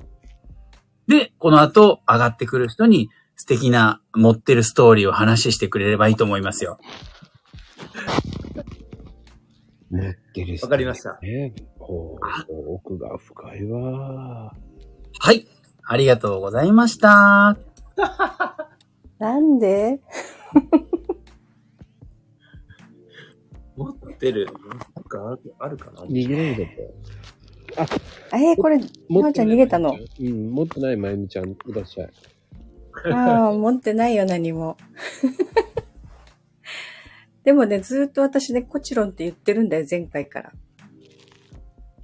で、この後上がってくる人に素敵な持ってるストーリーを話してくれればいいと思いますよ。持ってる人わかりました。ね。ほう、奥が深いわ。はい。ありがとうございました。なんで持ってる。なんかあるあるかな逃げないだって。あ、えー、これ、まーちゃん逃げたの。うん、持ってないまゆみちゃん、いらっしゃい。あ あ、持ってないよ、何も。 でもね、ずーっと私ね、コチロンって言ってるんだよ、前回から。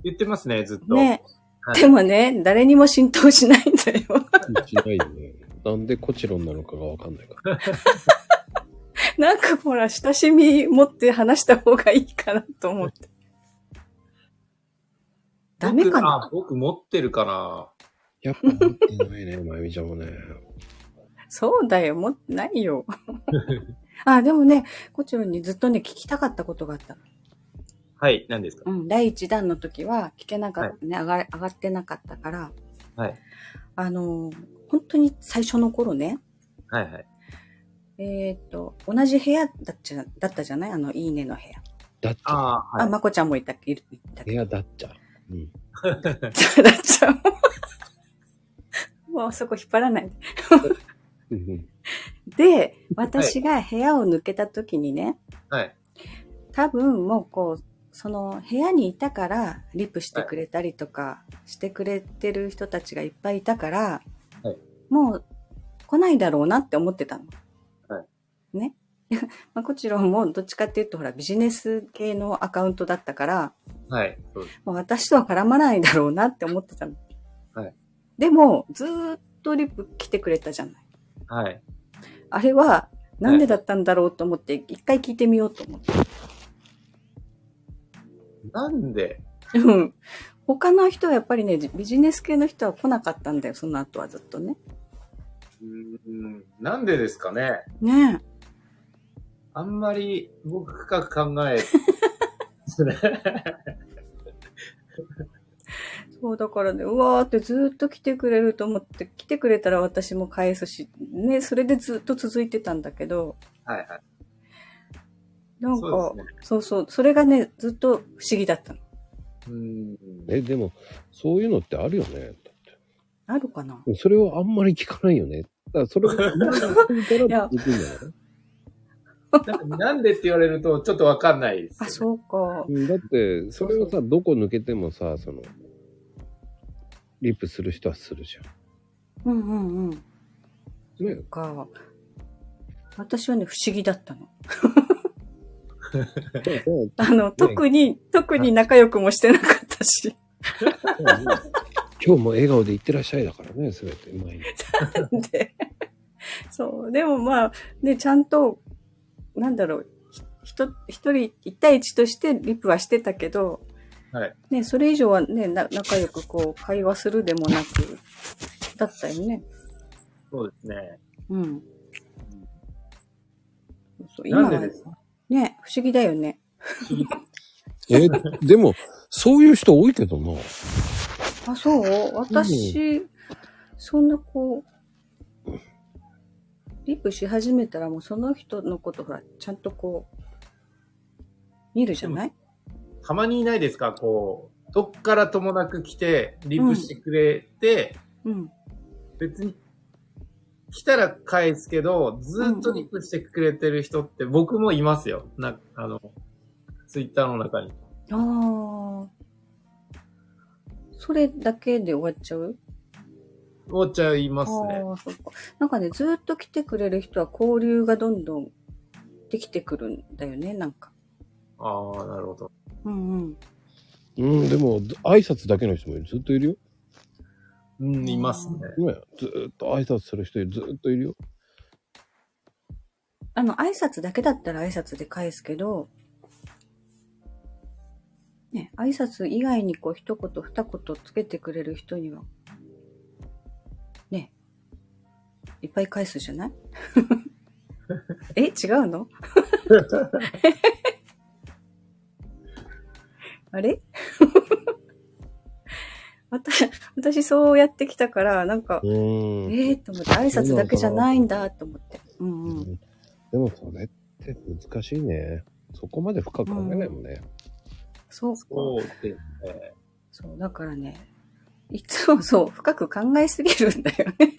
言ってますね、ずっと。ね。はいでもね、誰にも浸透しないんだよ。 うちないよね。 なんでコチロンなのかがわかんないから。なんかほら、親しみ持って話した方がいいかなと思って。ダメかな僕あ僕持ってるかな。やっぱ持ってないね、まゆみちゃんもね。そうだよ、持ってないよ。 あ、でもね、コチロンにずっとね、聞きたかったことがあったの。はい、何ですかうん、第一弾の時は聞けなかったね、上がれ上がってなかったから、はい。あのー本当に最初の頃ね、はいはい。えーっと、同じ部屋だっちゃだったじゃないあの、いいねの部屋。だっちゃ。ああ、あ、はい。まこちゃんもいたいるい部たけど。屋だっちゃ。うん。だっちゃん も。もうそこ引っ張らないうんうんで。で、私が部屋を抜けた時にね、はい。多分もうこう、その部屋にいたから、リプしてくれたりとか、してくれてる人たちがいっぱいいたから、はいもう来ないだろうなって思ってたの。はね。 まあ、こちらもどっちかっていうと、ほら、ビジネス系のアカウントだったから、はい。そうですもう私とは絡まないだろうなって思ってたの。はいでも、ずーっとリプ来てくれたじゃない。はい。あれは、なんでだったんだろうと思って、一回聞いてみようと思って。なんでうん。他の人はやっぱりね、ビジネス系の人は来なかったんだよ、その後はずっとね。うーん、なんでですかね。ねえ。あんまり僕深く考 え、そうだからね、うわーってずーっと来てくれると思って、来てくれたら私も返すし、ね、それでずっと続いてたんだけど、はいはい。なそんか、そうう,、ですね。そうそれがね、ずっと不思議だったの。うーん。え、でも、そういうのってあるよね。あるかなそれはあんまり聞かないよね。だからそれをあんまり聞いたらや続くんじゃないなんかなんでって言われるとちょっとわかんないです、あ、そうか。うんだって、それをさ、どこ抜けてもさ、その、リップする人はするじゃうんうんうん。ん。ね。か。私はね、不思議だったの。だからだあの、特に、特に仲良くもしてなかったし。からね今日も笑顔でいってらっしゃいだからね、すべて。前に。で、 そう。でもまあ、ね、ちゃんと、なんだろう、ひ人、一人、一対一としてリプはしてたけど、はいね、それ以上はね、な仲良くこう、会話するでもなく、だったよね。そうですね。うん。そうそうなんではですかね、不思議だよね。え、でも、そういう人多いけどな。あ、そう私、そんなこう、リプし始めたらもうその人のことほら、ちゃんとこう、見るじゃないたまにいないですかこう、どっからともなく来て、リプしてくれて、うん。別に、来たら返すけど、ずっとリプしてくれてる人って僕もいますよ。な、あの、ツイッターの中に。ああ。それだけで終わっちゃうおっちゃんいあまあすね。ー、そっか。なんかね、ずーっと来てくれる人は交流がどんどんできてくるんだよね、なんか。ああ、なるほど。うんうん。うん、でも、挨拶だけの人もいるずっといるよ。うん、いますね。ね、ずーっと挨拶する人ずーっといるよ。あの、挨拶だけだったら挨拶で返すけど、ね、挨拶以外にこう一言二言つけてくれる人には、ね、いっぱい返すじゃない え、違うの あれ 私、私そうやってきたから、なんか、うーん。ええー、と思って、挨拶だけじゃないんだ、と思って。うんうん。でもそれって難しいね。そこまで深く考えないもんね。そうか。そうですね。そう、だからね、いつもそう、深く考えすぎるんだよ ね。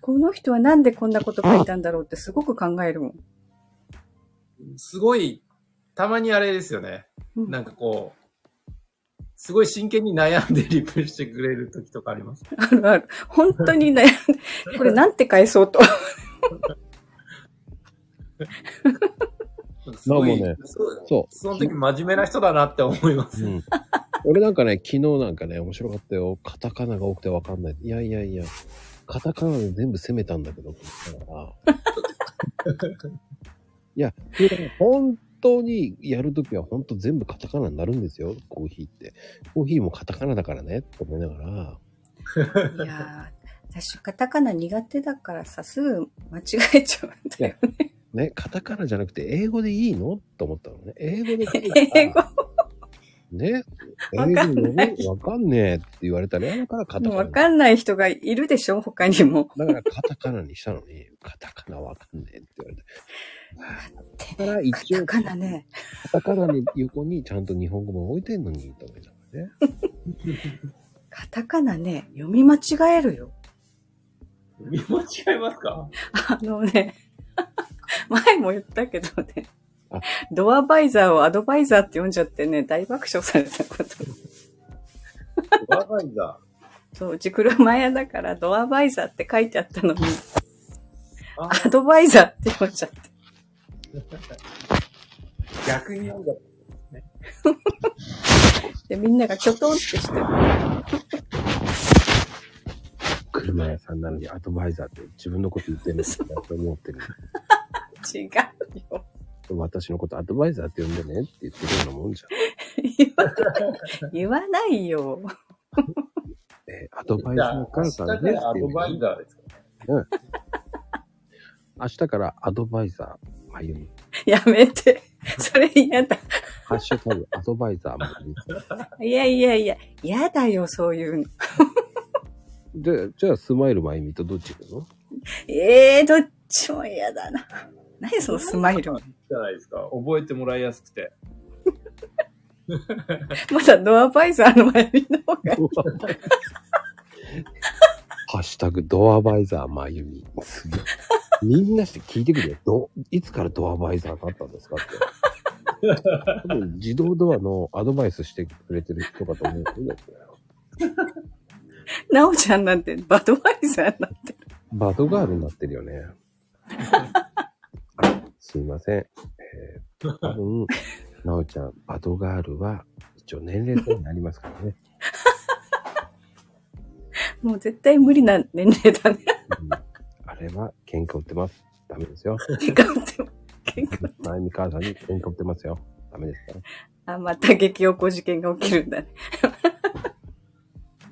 この人はなんでこんなこと書いたんだろうってすごく考えるもん。すごい、たまにあれですよね。うんなんかこう、すごい真剣に悩んでリプしてくれる時とかあります。あるある。本当に悩んで、これなんて 返そうと。すごいなんかねそうそその時真面目な人だなって思います。う。うん。俺なんかね、昨日なんかね、面白かったよ。カタカナが多くてわかんない。いやいやいや、カタカナで全部攻めたんだけど、と思ったから。いや、だから本当にやるときは本当全部カタカナになるんですよ、コーヒーって。コーヒーもカタカナだからね、と思いながら。いやー、私、カタカナ苦手だからさ、すぐ間違えちゃうんだよ。ね、カタカナじゃなくて英語でいいのと思ったのね。英語で書いたら 英語ね、わ英語かでんない読めわかんねえって言われたら嫌だからカタもカわナ。かんない人がいるでしょ他にも。だからカタカナにしたのに、カタカナわかんねえって言われて。だからカ一タ応、カナね。カタカナの横にちゃんと日本語も置いてんのに、と思いながらね。カタカナね、読み間違えるよ。見間違えますかあのね、 前も言ったけどねあ、ドアバイザーをアドバイザーって呼んじゃってね、大爆笑されたこと。我が家が。 そう、うち車屋だからドアバイザーって書いてあったのに、あアドバイザーって呼んじゃって。逆になんか、で、みんながキョトンってしてる。車屋さんなのにアドバイザーって自分のこと言ってるのかなと思ってる。違うよ。私のことアドバイザーって呼んでねって言ってるようなもんじゃん。言わない言わないよ。えアドバイじザゃあーからさ明日からアドバイザーですか明日からアドバイザー、まゆみ。やめて。それ嫌だ。ハッシュタグ、アドバイザーまゆみ。いやいやいや、嫌だよ、そういうの。で、じゃあ、スマイルまゆみとどっち行くのええー、どっちも嫌だな。何そのスマイル。じゃないですか。覚えてもらいやすくて。まだドアバイザーの前の方が。ハッシュタグ、ドアバイザーまゆみ。すげえ。みんなして聞いてくれよ。ど、いつからドアバイザーになったんですかって。多分、自動ドアのアドバイスしてくれてる人かと思うんだけど、なおちゃんなんて、バドバイザーになってる。バドガールになってるよね。すいません。えー、多分、なおちゃん、バドガールは、一応年齢層になりますからね。もう絶対無理な年齢 だね。うんあれは喧嘩売ってます。ダメですよ。喧嘩売っても喧嘩前み母さんに喧嘩売ってますよ。ダメですから。あ、また激おこ事件が起きるんだね。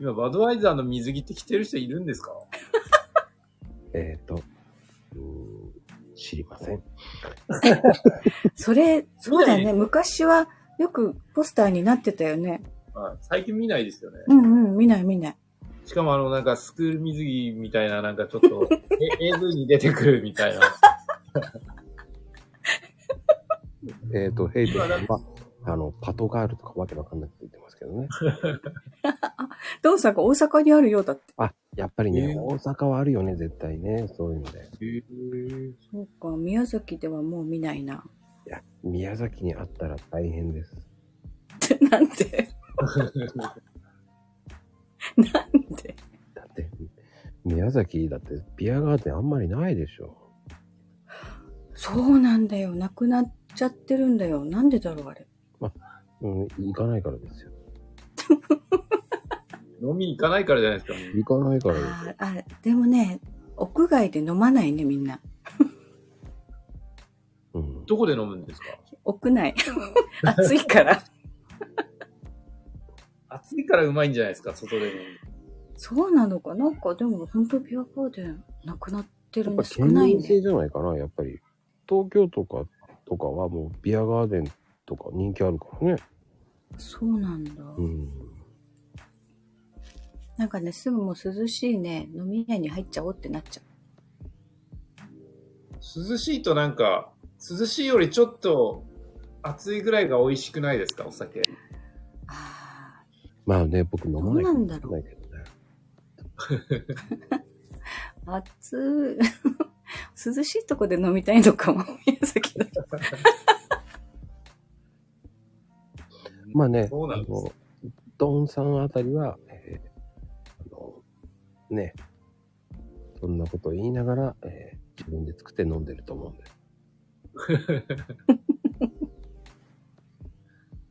今、バドワイザーの水着って着てる人いるんですかえっ、ー、と、うーん、知りません。それ、そうだよそね。昔はよくポスターになってたよね。はい最近見ないですよね。うんうん、見ない見ない。しかもあの、なんかスクール水着みたいな、なんかちょっと、え AV に出てくるみたいな。えっ、ー、と、ヘイトさんは、あの、パトガールとかわけわかんなくて言ってますけどね。ドンさんが大阪にあるようだって。あ、やっぱりね、えー大阪はあるよね、絶対ね。そういうので。へーそうか、宮崎ではもう見ないな。いや、宮崎にあったら大変です。なんでなんでだって、宮崎だってビアガーデンあんまりないでしょ。 そうなんだよ。なくなっちゃってるんだよ。なんでだろう、あれ。うん、行かないからですよ。飲みに行かないからじゃないですか。行かないからですあーあ、でもね、屋外で飲まないね、みんな。うん。どこで飲むんですか屋 内。暑いから。暑いからうまいんじゃないですか、外で飲む。そうなのか。なんか、でも、本当ビアガーデンなくなってるやっんぱで少県ない民性ね。じゃないかな、やっぱり。東京とかとかはもうビアガーデンとか人気あるからね。そうなんだ。うん。なんかね、すぐもう涼しいね、飲み屋に入っちゃおうってなっちゃ涼しいとなんか、涼しいよりちょっと暑いぐらいが美味しくないですか、お酒。う。あまあね、僕飲まないどうなんだろうないけどね。あ、暑い。 涼しいとこで 飲みたいのかも、宮崎だと。まあね、そうなんですあのドンさんあたりは、えーあの、ね、そんなことを言いながら、えー自分で作って飲んでると思うん で。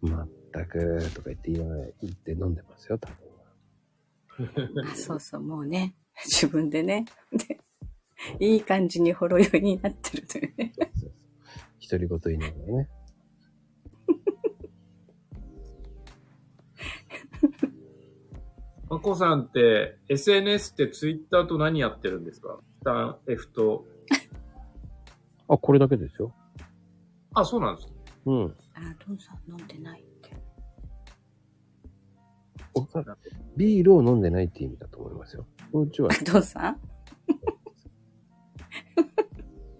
まったく、とか言って言わない、言って飲んでますよ、多分。あそうそう、もうね、自分でね、でいい感じにほろ酔いになってるというね。独り言言いながらね。マコさんって SNS ってツイッターと何やってるんですかスタン F と。あ、これだけですよ。あ、そうなんですね。うん。あ、ドンさん飲んでないって。おそらくビールを飲んでないって意味だと思いますよ。こっちは。 あ、ドンさん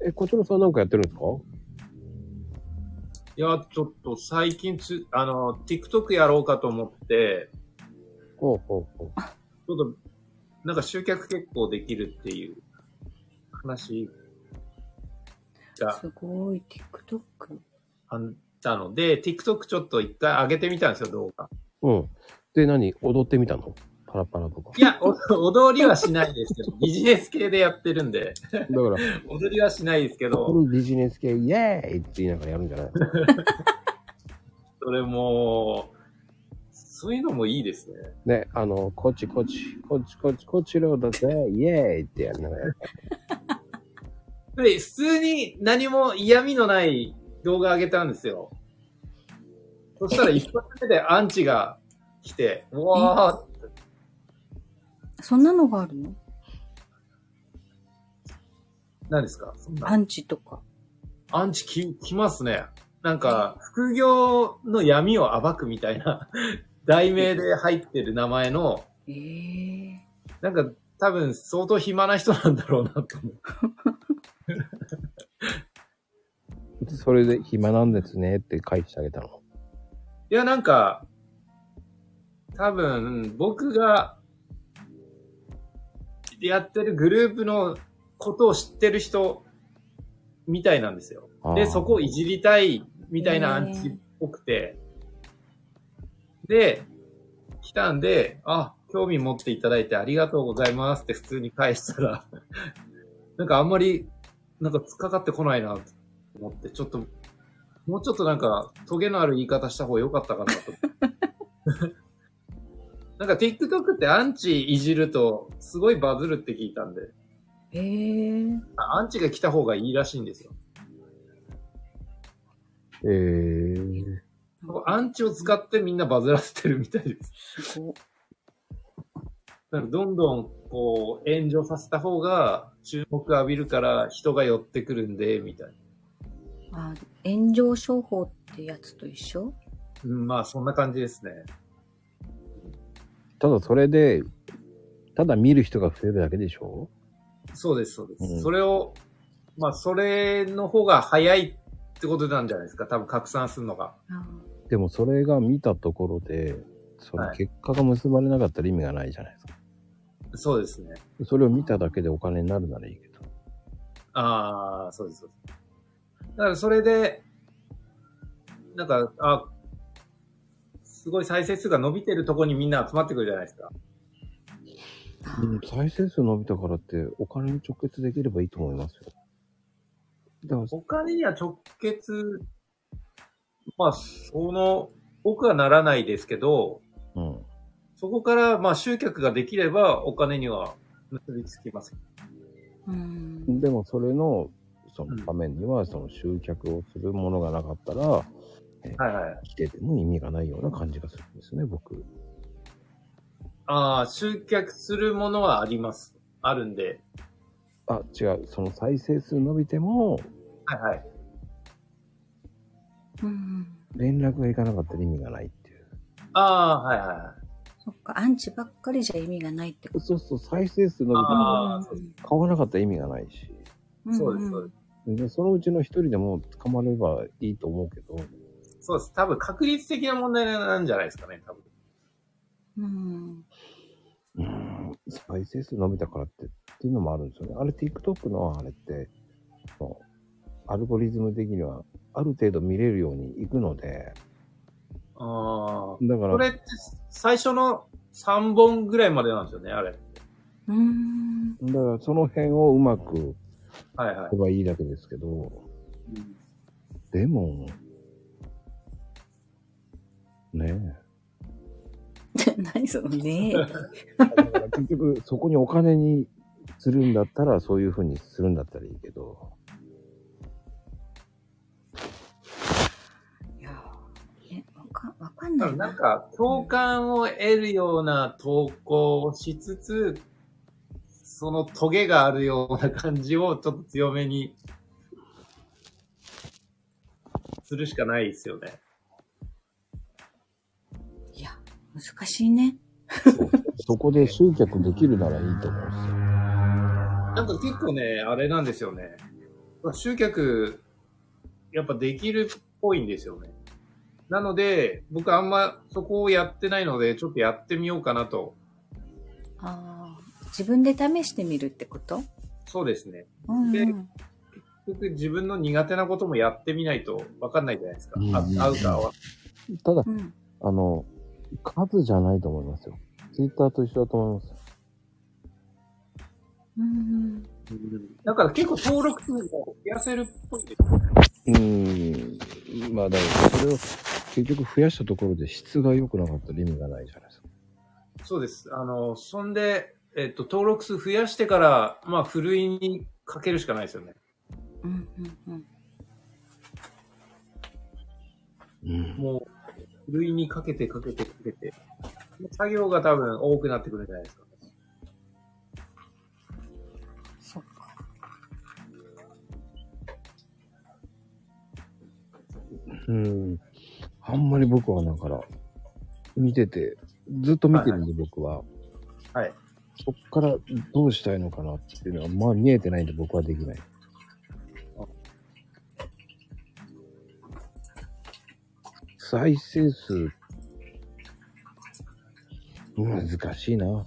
え、こちらさんなんかやってるんですかいや、ちょっと最近つ、あの、TikTok やろうかと思って、ほうほうほう。ちょっと、なんか集客結構できるっていう話がすごい、TikTok。あったので、TikTok ちょっと一回上げてみたんですよ、動画。うん。で、何踊ってみたのパラパラとかい。や、お 踊りはしないですけど、ビジネス系でやってるんで、 だから、 踊りはしないですけこど、のビジネス系、イエーイって言いながらやるんじゃないそれも、そういうのもいいですね。ね、 あの、こっちこっち、こっちこっち、こっちローだぜ、イエーイってやりながらやる。で、普通に何も嫌味のない動画上げたんですよ。そしたら一発目でアンチが来て、うわーそんなのがあるの何ですかそんなアンチとか。アンチき来ますね。なんか、副業の闇を暴くみたいな題名で入ってる名前の、ええなんか多分相当暇な人なんだろうなと思う。それで、暇なんですねって書いてあげたの。いや、なんか、多分、僕が、やってるグループのことを知ってる人、みたいなんですよ。あーで、そこをいじりたい、みたいなアンチっぽくて。で、来たんで、あ、興味持っていただいてありがとうございますって普通に返したら、 なんかあんまり、なんか突っかかってこないなと思って、ちょっと、もうちょっとなんか、トゲのある言い方した方が良かったかなと。なんか TikTok ってアンチいじると、すごいバズるって聞いたんで、ええあアンチが来た方がいいらしいんですよ。えー、アンチを使ってみんなバズらせてるみたいです。 すごい。だからどんどんこう炎上させた方が注目浴びるから人が寄ってくるんで、みたいな。あ、炎上商法ってやつと一緒うん、まあそんな感じですね。ただそれで、ただ見る人が増えるだけでしょそうです、そうです。うんそれを、まあそれの方が早いってことなんじゃないですか。多分拡散するのが。あでもそれが見たところで、そのはい結果が結ばれなかったら意味がないじゃないですか。そうですね。それを見ただけでお金になるならいいけど。ああ、そうです、そうです。だからそれで、なんか、あ、すごい再生数が伸びてるとこにみんな集まってくるじゃないですか。でも再生数伸びたからってお金に直結できればいいと思いますよ。だからお金には直結、まあ、その、僕はならないですけど、うん。そこから、まあ、集客ができれば、お金には結びつきます。うん。でもそれの、そうんのためには、その集客をするものがなかったら、はいはい。来てても意味がないような感じがするんですね、僕。ああ、集客するものはあります。あるんで。あ、違う。その再生数伸びても、はいはい。うん。連絡がいかなかったら意味がないっていう。ああ、はいはいはい。そっか、アンチばっかりじゃ意味がないってこと。そうそう、再生数伸びても、あーうん買わなかったら意味がないし。そうです、そうでで、そのうちの一人でも捕まればいいと思うけど、す。そうです。多分、確率的な問題なんじゃないですかね、多分。うん。うーん、再生数伸びたからって、っていうのもあるんですよね。あれ、TikTok のあれって、もうアルゴリズム的には、ある程度見れるようにいくので、ああ。だかこれら、って最初の3本ぐらいまでなんですよね、あれ。うーん。 だからその辺をうまくはいはいやれ。ばいいだけですけど、うんでも、ね何そのねえ。え。だから結局、そこにお金にするんだったら、そういうふうにするんだったらいいけど、いやーね、わかわかん多ない分なんな。か、共感を得るような投稿をしつつ、そのトゲがあるような感じをちょっと強めにするしかないですよね。いや、難しいね。そこで集客できるならいいと思うんですよ。なんか結構ね、あれなんですよね。集客、やっぱできるっぽいんですよね。なので、僕あんまそこをやってないので、ちょっとやってみようかなと。あー自分で試してみるってことそうですね。うんでうん。結局自分の苦手なこともやってみないと分かんないじゃないですか。うんうんあ合うか合わただ、うん。あの、数じゃないと思いますよ。ツイッターと一緒だと思います。うん。だから結構登録数も増やせるっぽいですね。うーん。まあ、だからそれを結局増やしたところで質が良くなかったら意味がないじゃないですか。そうです。あの、そんで、えっと、登録数増やしてから、まあ、ふるいにかけるしかないですよね。うん。うんうん。うん。もう、ふるいにかけてかけてかけて。作業が多分多くなってくるんじゃないですか、ね。そっか。うん。あんまり僕はだから、見てて、ずっと見てるんで、僕は。はい。そっからどうしたいのかなっていうのは、まあ見えてないんで僕はできない。再生数、難しいな。うん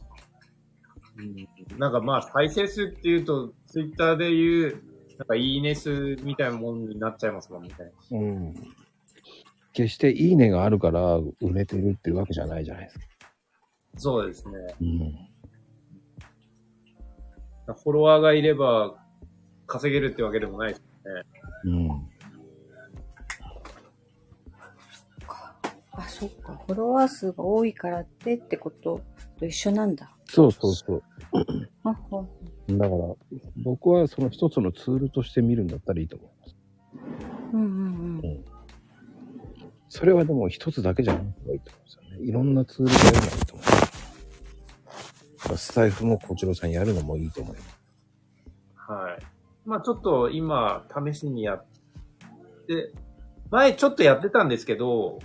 なんかまあ、再生数っていうと、ツイッターで言う、なんかいいね数みたいなもんになっちゃいますもんね。うん。決していいねがあるから売れてるっていうわけじゃないじゃないですか。そうですね。うん。フォロワーがいれば稼げるってわけでもないですね。うん。あ、そっか。フォロワー数が多いからってってことと一緒なんだ。そうそうそう。あほだから、僕はその一つのツールとして見るんだったらいいと思います。うんうんうん。それはでも一つだけじゃない方がいいと思うんですよね。いろんなツールがやるのがいいと思います。スタイフも小次郎さんやるのもいいと思います。はい。まあちょっと今、試しにやって、前ちょっとやってたんですけど、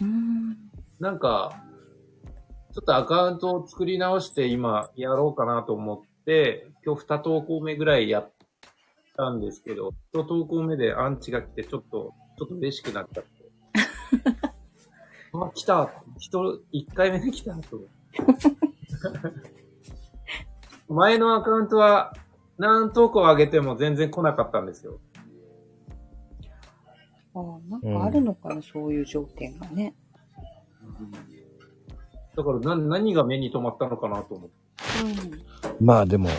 うん。なんか、ちょっとアカウントを作り直して今やろうかなと思って、今日2投稿目ぐらいやったんですけど、1投稿目でアンチが来てちょっと、ちょっと嬉しくなっちゃって。あ、来た人、1回目で来たと 思って。前のアカウントは何投稿上げても全然来なかったんですよ。あーなんかあるのかな、そういう条件がね。だから何何が目に留まったのかなと思って。うん。まあでも、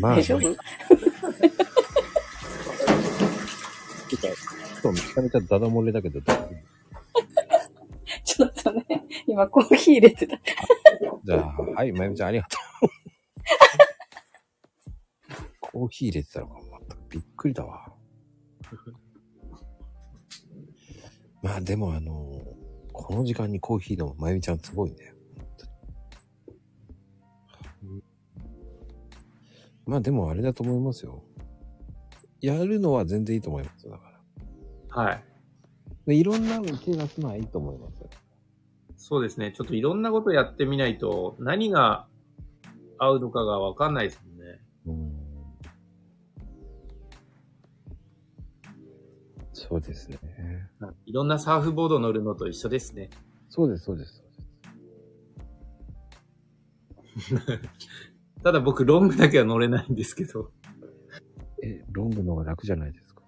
まあ、大ち丈ょっと、夫今日めちゃめちゃダダ漏れだけど、大丈夫ちょっとね、今コーヒー入れてた。じゃあ、はい、まゆみちゃんありがとう。コーヒー入れてたのか、全くびっくりだわ。まあでもあの、この時間にコーヒー飲むまゆみちゃんすごいね。まあでもあれだと思いますよ。やるのは全然いいと思いますよだから。はい。でいろんなの手出すのはいいと思いますよ。そうですね。ちょっといろんなことやってみないと、何が合うのかがわかんないですもんね。うんそうですね。いろんなサーフボード乗るのと一緒ですね。そうです、そうです。そうですただ僕、ロングだけは乗れないんですけど、え、ロングの方が楽じゃないですか。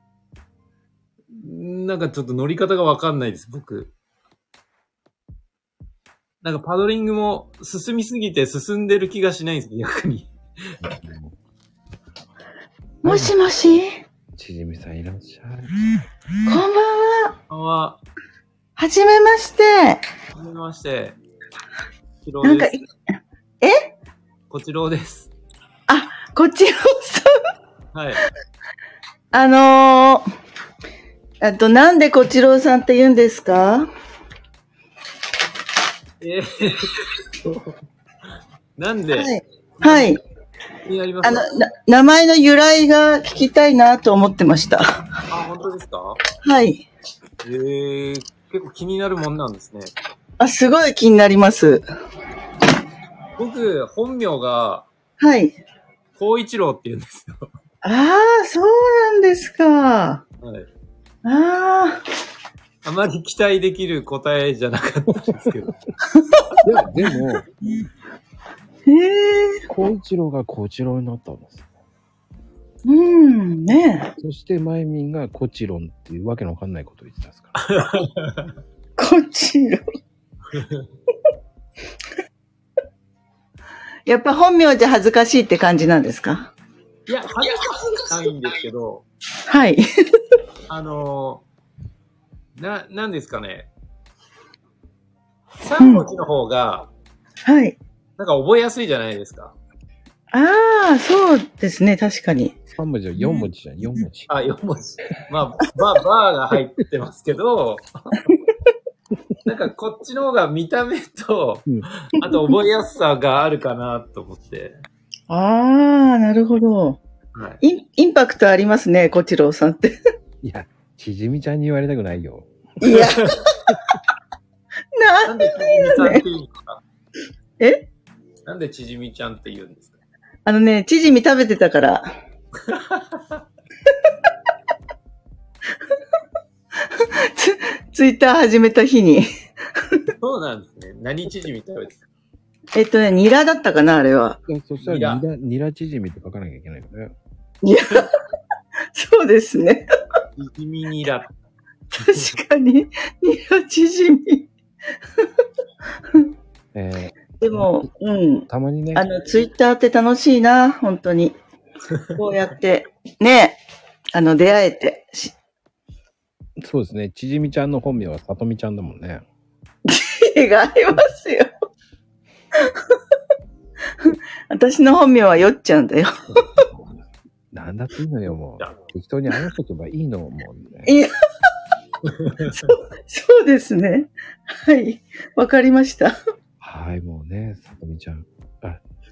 なんかちょっと乗り方がわかんないです、僕。なんかパドリングも進みすぎて進んでる気がしないんです、逆に。もしもし、ちじみさんいらっしゃい。こんばんあは。はじめまして。はじめまして。こちろなんか、です。こちろです。こっちをさ、はい。あのー、えっと、なんでこちろうさんって言うんですか えー、なんで、はい。はい。気になりますあの、な名前の由来が聞きたいなと思ってました。あ、本当ですかはい。えー、結構気になるもんなんですね。あ、すごい気になります。僕、本名が、はい。高一郎って言うんですよ。ああ、そうなんですか。はい。あああまり期待できる答えじゃなかったんですけど。いや、でも、ー、へえ。孝一郎が孝一郎になったんです。うん、ねえ。そして、まゆみんがコチロンっていうわけのわかんないことを言ってたんですから。こっちの。 やっぱ本名じゃ恥ずかしいって感じなんですか いや、恥ずかしくないんですけど、はい。あのー、な、なんですかね。三文字の方が、はい。なんか覚えやすいじゃないですか。ああ、そうですね、確かに。 3文字は4文字じゃん、4文字。あ、4文字。まあ、バー、バーが入ってますけど、なんかこっちの方が見た目とうん、あと覚えやすさがあるかなと思って。ああ、なるほど。はい。インインパクトありますね、こちろうさんって。いや、ちじみちゃんに言われたくないよ。いや。ななんでちじみちゃんって言うんですかえなんでちじみちゃんって言うんですかあのね、チヂミ食べてた から。ツツイッター始めた日に。そうなんですね。何ちじみ食べてたえっとね、ニラだったかな、あれは。 いやそしたらニラ、ニラちじみって書かなきゃいけないよね。そうですね。ちじみニラ。確かに。ニラチヂミ。えー、でも、うん。たまにねあ、の、ツイッターって楽しいな、本当に。こうやって、ねあの、出会えて。しそうですね、ちじみちゃんの本名はさとみちゃんだもんね。違いますよ。 私の本名はよっちゃんだよ。なんだっていいのよ、もいやう。適当に話しとけばいいの、もう、ね。いや、そう、そうですね。はい。わかりました。はい、もうね、さとみちゃん。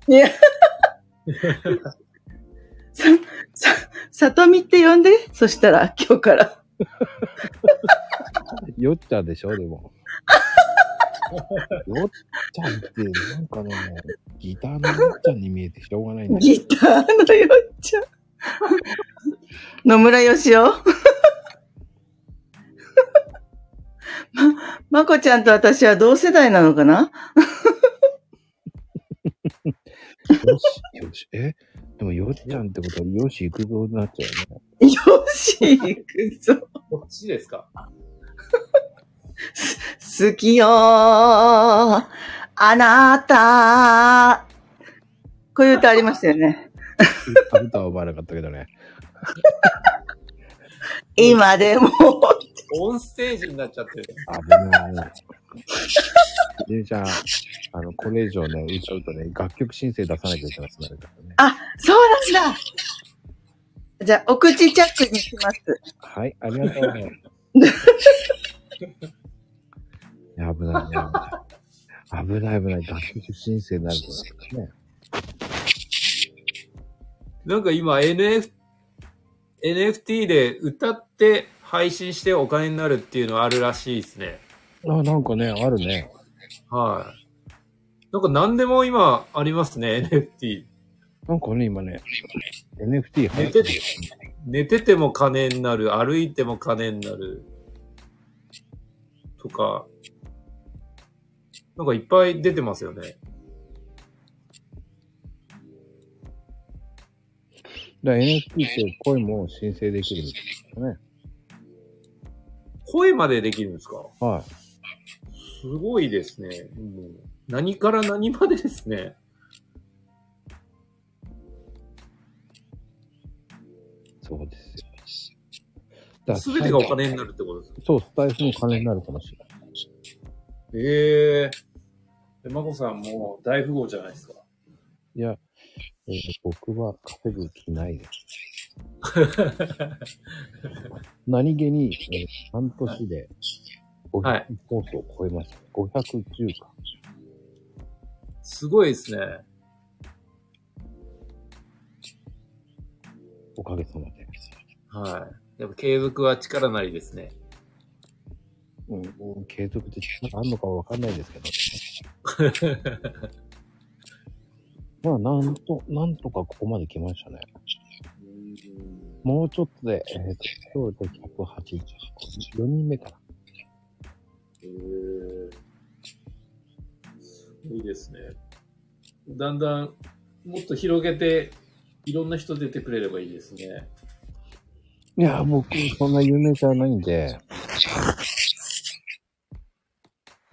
いや。さ、さ、さとみって呼んで、そしたら、今日から。よっちゃんでしょ、で も。よっちゃんって、なんかね、ギターのよっちゃんに見えてしょうがないんだよ。 ギターのよっちゃん。 野村よしお。 ま、まこちゃんと私は同世代なのかなよし、よし、えでもよっちゃんってことは、よし行くぞになっちゃうよね。よし、行くぞ。こっちですか好きよーあなたこういう歌ありましたよね。あなたは思わなかったけどね。今でも。オンステージになっちゃってる。危ない。で、じゃあ、あの、これ以上ね、うちょっとね、楽曲申請出さなきゃいけなくなるからね。あ、そうなんだじゃあ、お口チャックにします。はい、ありがとう。 いや危ない、危ない。危ない、危ない。楽曲申請になるとね。なんか今 NF、NFT で歌って配信してお金になるっていうのあるらしいですね。あ、なんかね、あるね。はい。なんか何でも今ありますね、NFT。なんかね、今ね、NFT 入寝っててて、寝てても金になる、歩いても金になる。とか、なんかいっぱい出てますよね。ら NSP って声も申請できるみたいですね。声までできるんですかはい。すごいですね。もう何から何までですね。そうですよ。だすべてがお金になるってことですかそう、スタイフも金になるかもしれない。ええー。まこさんもう大富豪じゃないですか。いや、えー僕は稼ぐ気ないです。何気に、えー半年では500いコースを超えました。510か。すごいですね。おかげさまで。はい。やっぱ継続は力なりですね。うん、うん継続で力あんのかわかんないですけ ど。まあ、なんと、なんとかここまで来ましたね。もうちょっとで、えーと、今日で180。4人目かな。えいいですね。だんだんもっと広げて、いろんな人出てくれればいいですね。いや、僕、そんな有名じゃないんで、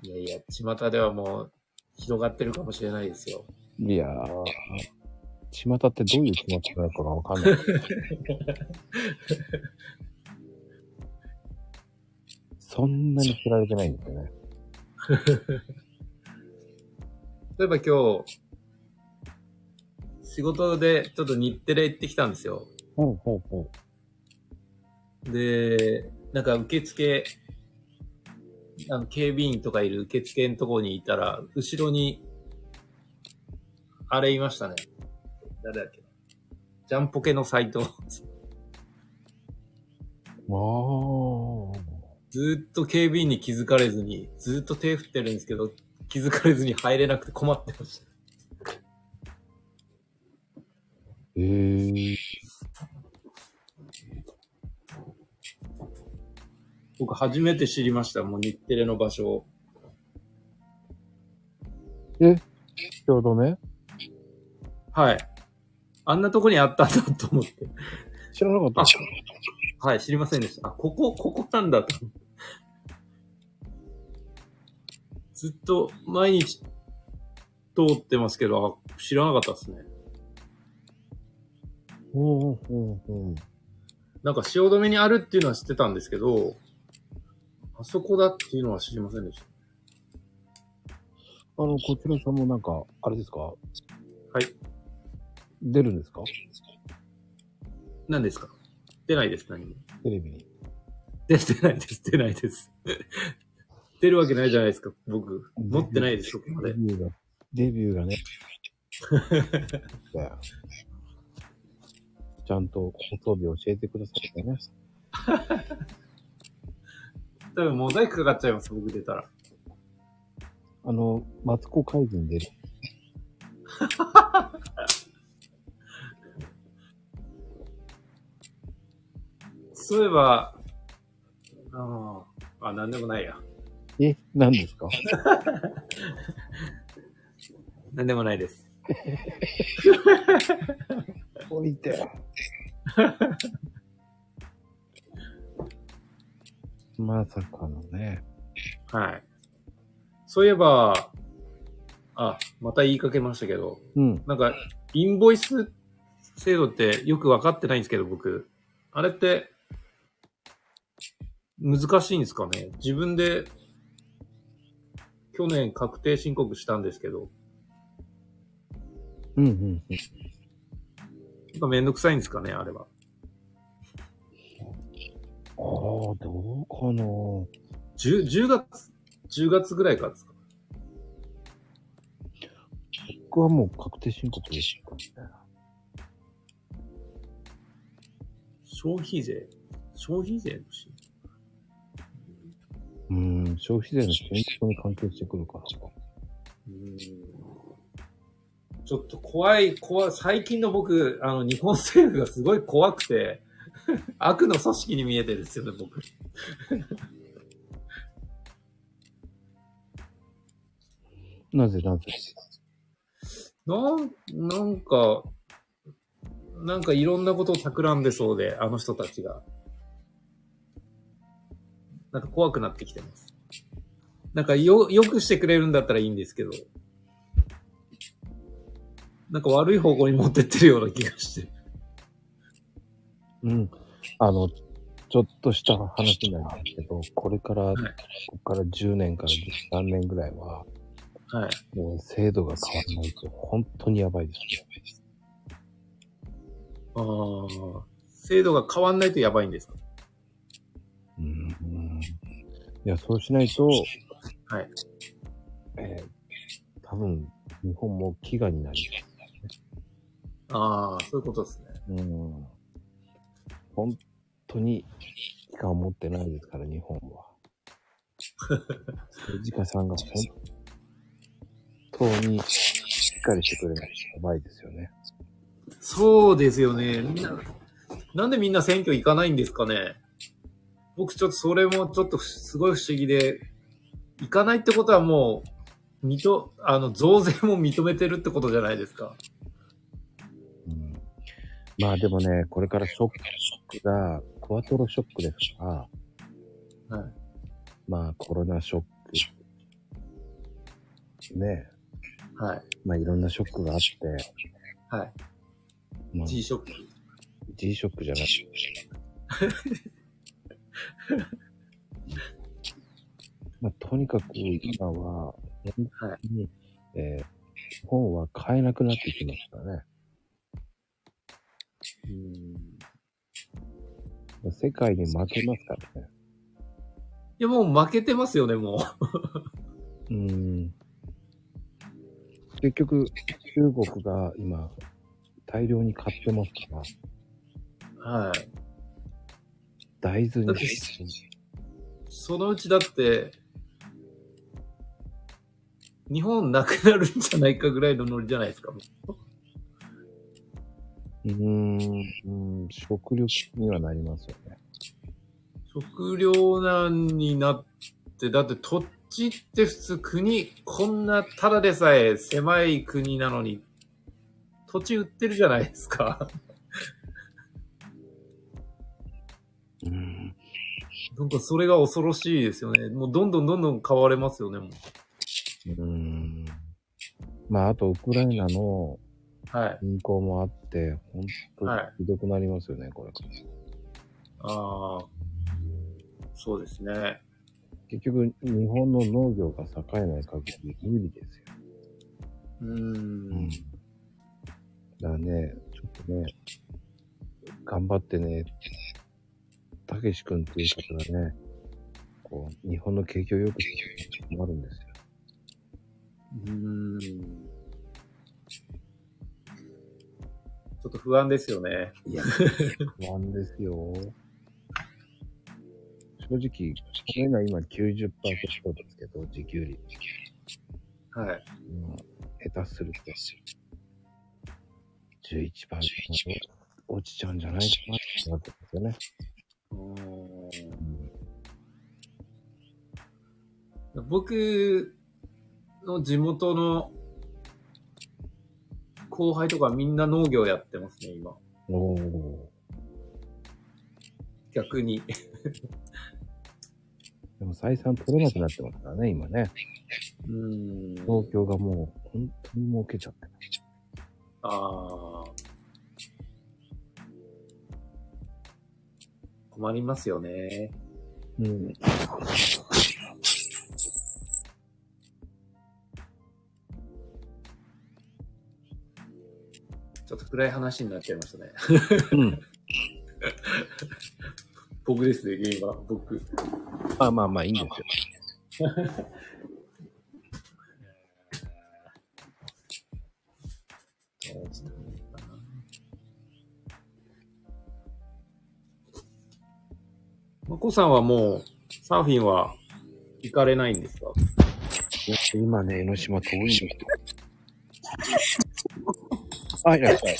いやいや、巷ではもう広がってるかもしれないですよ。いやー、巷ってどういう気持ちなのかがわかん ない。そんなに知られてないんですよね。例えば今日、仕事でちょっと日テレ行ってきたんですよ。ほうほうほで、なんか受付、あの警備員とかいる受付のところにいたら、後ろに、あれいましたね。誰だっけジャンポケの斎藤。う。ああ。 ずーっと警備員に気づかれずに、ずーっと手振ってるんですけど、気づかれずに入れなくて困ってました。ええ僕初めて知りました、もう日テレの場所を。ちょうどね、はい。あんなとこにあったんだと思って。知らなかった。はい、知りませんでした。あ、ここ、ここなんだと。ずっと毎日通ってますけど、あ、知らなかったですね。うんうんうん。なんか汐留にあるっていうのは知ってたんですけど、あそこだっていうのは知りませんでした。。あの、こちらさんもなんか、あれですかはい出るんですか何ですか出ないです、何も。テレビに。出出ないです、出ないです。出るわけないじゃないですか、僕。持ってないです、そこまデで。ビューが、デビューがね。だよ ちゃんと放送日教えてくださいね。多分モザイクかかっちゃいます、僕出たら。あの、マツコ会議に出る。そういえば、ああ、あ、なんでもないや。え、何ですかなんでもないです。置いて。 まさかのね。はい。そういえば、あ、また言いかけましたけど、うん。なんか、インボイス制度ってよくわかってないんですけど、僕。あれって、難しいんですかね自分で、去年確定申告したんですけど、うんうん。なんかめんどくさいんですかねあれは。ああ、どうかな。 10, 10月、10月ぐらいからですか僕はもう確定申告でしょ。消費税消費税の申告うん、消費税の選挙に関係してくるから。うんちょっと怖い、怖い、最近の僕、あの、日本政府がすごい怖くて、悪の組織に見えてるんですよね、僕。なぜなぜなん、なんか、なんかいろんなことを企んでそうで、あの人たちが。なんか怖くなってきてます。なんかよ、よくしてくれるんだったらいいんですけど。なんか悪い方向に持ってってるような気がして。うん。あの、ちょっとした話なんですけど、これから、いここから10年から何年ぐらいは、はい。もう制度が変わらないと、本当にやばいですね。ああ。制度が変わんないとやばいんですかうん。うんいや、そうしないと、はい。えー多分、日本も飢餓になり、ああ、そういうことですね。うん。本当に期間を持ってないですから、日本 は。政治家さんが本当にしっかりしてくれないとやばいですよね。そうですよね。みんな、なんでみんな選挙行かないんですかね。僕ちょっとそれもちょっとふすごい不思議で、行かないってことはもう、認あの、増税も認めてるってことじゃないですか。うん、まあでもね、これからショックが、クワトロショックですから、はいまあコロナショック、ね、はい。まあいろんなショックがあって、はい。まあ、 G ショック。 G ショックじゃなくて、まあ、とにかく今は、本当に、えー日本は買えなくなってきますからね。世界に負けますからね。いや、もう負けてますよね、もうん。結局、中国が今、大量に買ってますから、う。はい。大豆だっにて、そのうちだって、日本なくなるんじゃないかぐらいのノリじゃないですか。うーん、うん、食料にはなりますよね。食糧難になって、だって土地って普通国、こんなただでさえ狭い国なのに、土地売ってるじゃないですか。 うん。なんかそれが恐ろしいですよね。もうどんどんどんどん買われますよね、もうーんまあ、あと、ウクライナのう。はい。侵攻もあって、本当にはいひどくなりますよね、これ。ああ。そうですね。結局、日本の農業が栄えない限り無理ですよ。うーん。だからね、ちょっとね、頑張ってね、たけし君っていう方がね、こう、日本の景気を良くして困るんですよ。うーん。ちょっと不安ですよね。不安ですよ。正直、これが今90%ですけど、自給率。はい。うん下手すると、11番落ちちゃうんじゃないかなってなってますよね。うーん僕の地元の後輩とかみんな農業やってますね、今。おー逆に。でも採算取れなくなってますからね、今ね。うーん。東京がもう本当に儲けちゃって。ああ。困りますよね。うん。ちょっと暗い話になっちゃいましたね。 うん。僕ですね、原因は。僕。まあまあまあいいんですよ。まこさんはもう、サーフィンは行かれないんですか今ね、江ノ島遠いんですよ。 あ、いらっしゃい。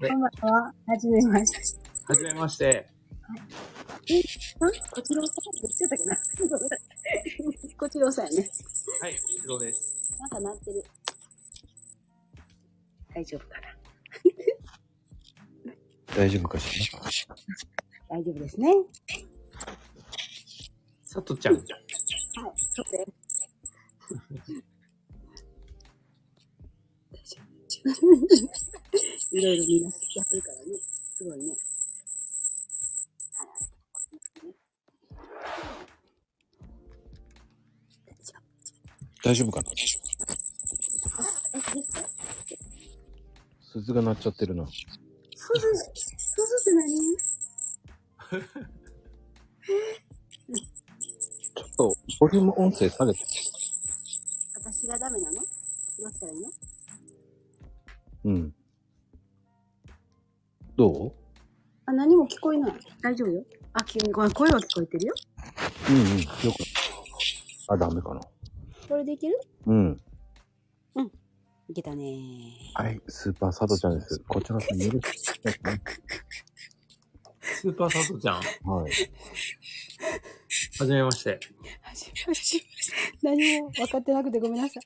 こんばんは。はじめまして。はじめまして。んこちらさんって言っちゃったかな こちらさんやね。はい、一郎です。なんか鳴ってる。大丈夫かな大丈夫かしら。大丈夫ですね。はい、さとちゃん。そうです。いろいろみんなやってるからね。すごいね。大丈夫かな鈴が鳴っちゃってるな。そうそう、そうそうって何ちょっと、ボリューム音声下げて。私がダメなのどうしたらいいのうん。どあ、何も聞こえない。大丈夫よ。あ、急にごめん、声は聞こえてるよ。ううんうん。よく。あ、ダメかな。これでいけるうん。いけたねはい、スーパーサトちゃんです。こちらさんよろしくお願いしますスーパーサトちゃん。はね。はい。じめまして。何も分かってなくてごめんなさい。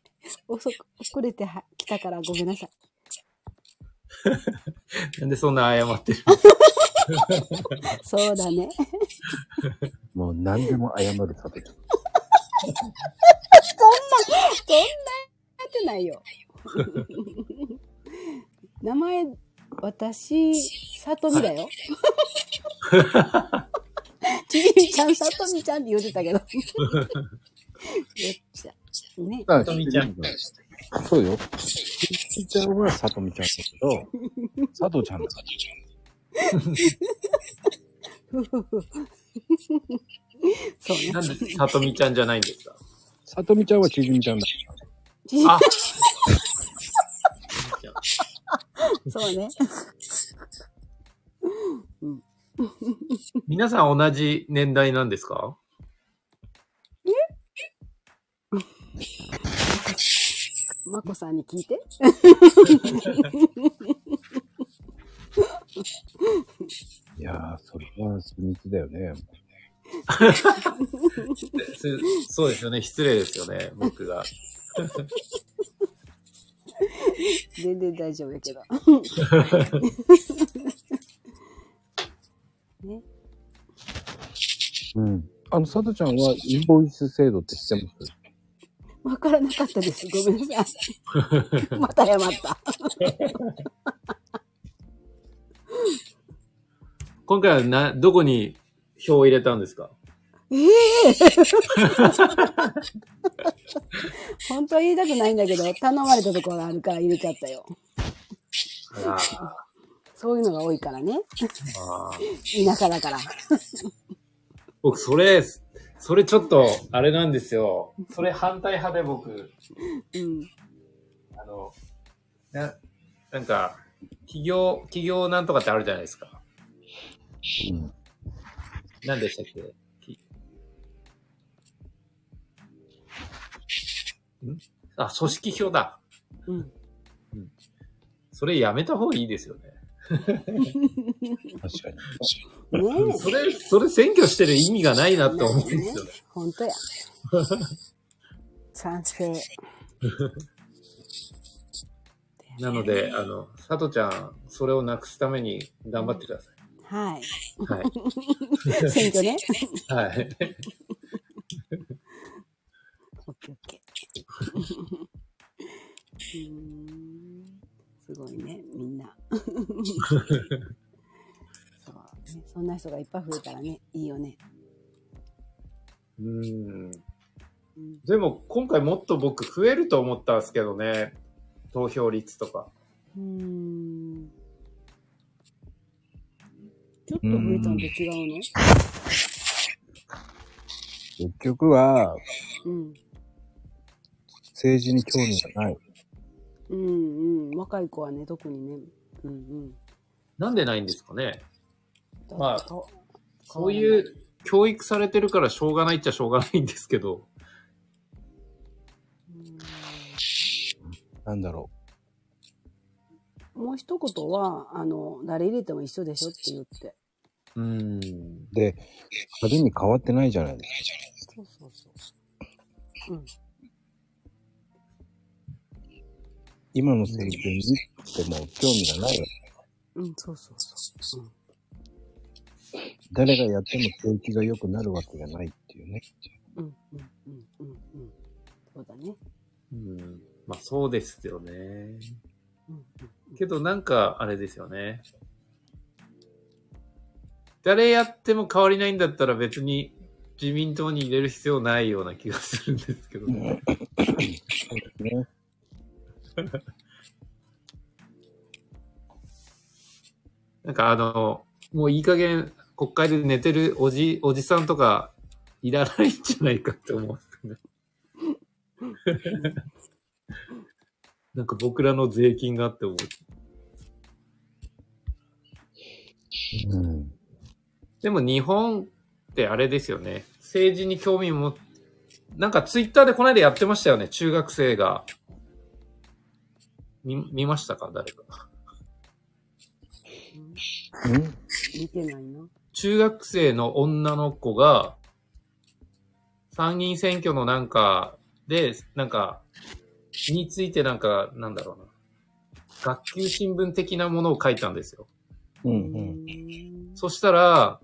遅く、遅れては来たからごめんなさい。なんでそんな謝ってるそうだね。もう何でも謝るサトちゃん。そんな、そんなやってないよ。 名前、私、さとみだよ。 ちびみちゃん、さとみちゃんって言うてた けど。よっちゃ。ね。 あ、とみちゃん。そうよ。ひみちゃんはさとみちゃんだけど、さとちゃんだ。そうね。なんでさとみちゃんじゃないんですかさとみちゃんはちじみちゃんだ。ちびあそうね。皆さん同じ年代なんですかまこさんに聞いて。いやー、それは秘密だよね。すそうですよね。失礼ですよね。僕が。全然大丈夫やけど。ね。うん。あの、さとちゃんはインボイス制度って知ってますわからなかったです。ごめんなさい。また謝った。今回はな、どこに票を入れたんですかええ本当は言いたくないんだけど、頼まれたところがあるから入れちゃったよ。あーそういうのが多いからね。あー。田舎だから。僕、それ、それちょっと、あれなんですよ。それ反対派で僕、うん。あの、な、なんか、企業、企業なんとかってあるじゃないですか。うん。何でしたっけきんあ、組織票だ。うん。それやめた方がいいですよね。確かに。ねそれ、それ選挙してる意味がないなって思うんですよねえ。。本当や。賛成。なので、あの、さとちゃん、それをなくすために頑張ってくださ。はいはい。い。選挙ね。 はい。オッケーオッケー。うーんすごいね、みんな。そうね、そんな人がいっぱい増えたらね、いいよね。うん。うん、でも、今回もっと僕増えると思ったんですけどね。投票率とか。うーんちょっと増えたんと違う結局は、の政治に興味がない。うん。うんうん。若い子はね、特にね。うんうん。なんでないんですかね。だまあかそういう、教育されてるからしょうがないっちゃしょうがないんですけど。うんなんだろもう一言は、あの、誰入れても一緒でしょって言って。うん。う。で、派手に変わってないじゃないですか。そうそうそう。今の政権にってもう興味がないわ。うん、そうそうそう。うん誰がやっても景気が良くなるわけがないっていうね。うんうんうんうんうん。そうだね。うん。まあそうですよね。うんけどなんか、あれですよね。誰やっても変わりないんだったら別に自民党に入れる必要ないような気がするんですけどね。ね。なんかあの、もういい加減国会で寝てるおじ、おじさんとかいらないんじゃないかって思うんですけどね。なんか僕らの税金があって思うう。ん。でも日本ってあれですよね。政治に興味も、なんかツイッターでこの間やってましたよね。中学生が。見、見ましたか誰か。うんうん見てないな。中学生の女の子が、参議院選挙のなんか、で、なんか、についてなんか、なんだろうな。学級新聞的なものを書いたんですよ。ううんうん。ん。そしたら、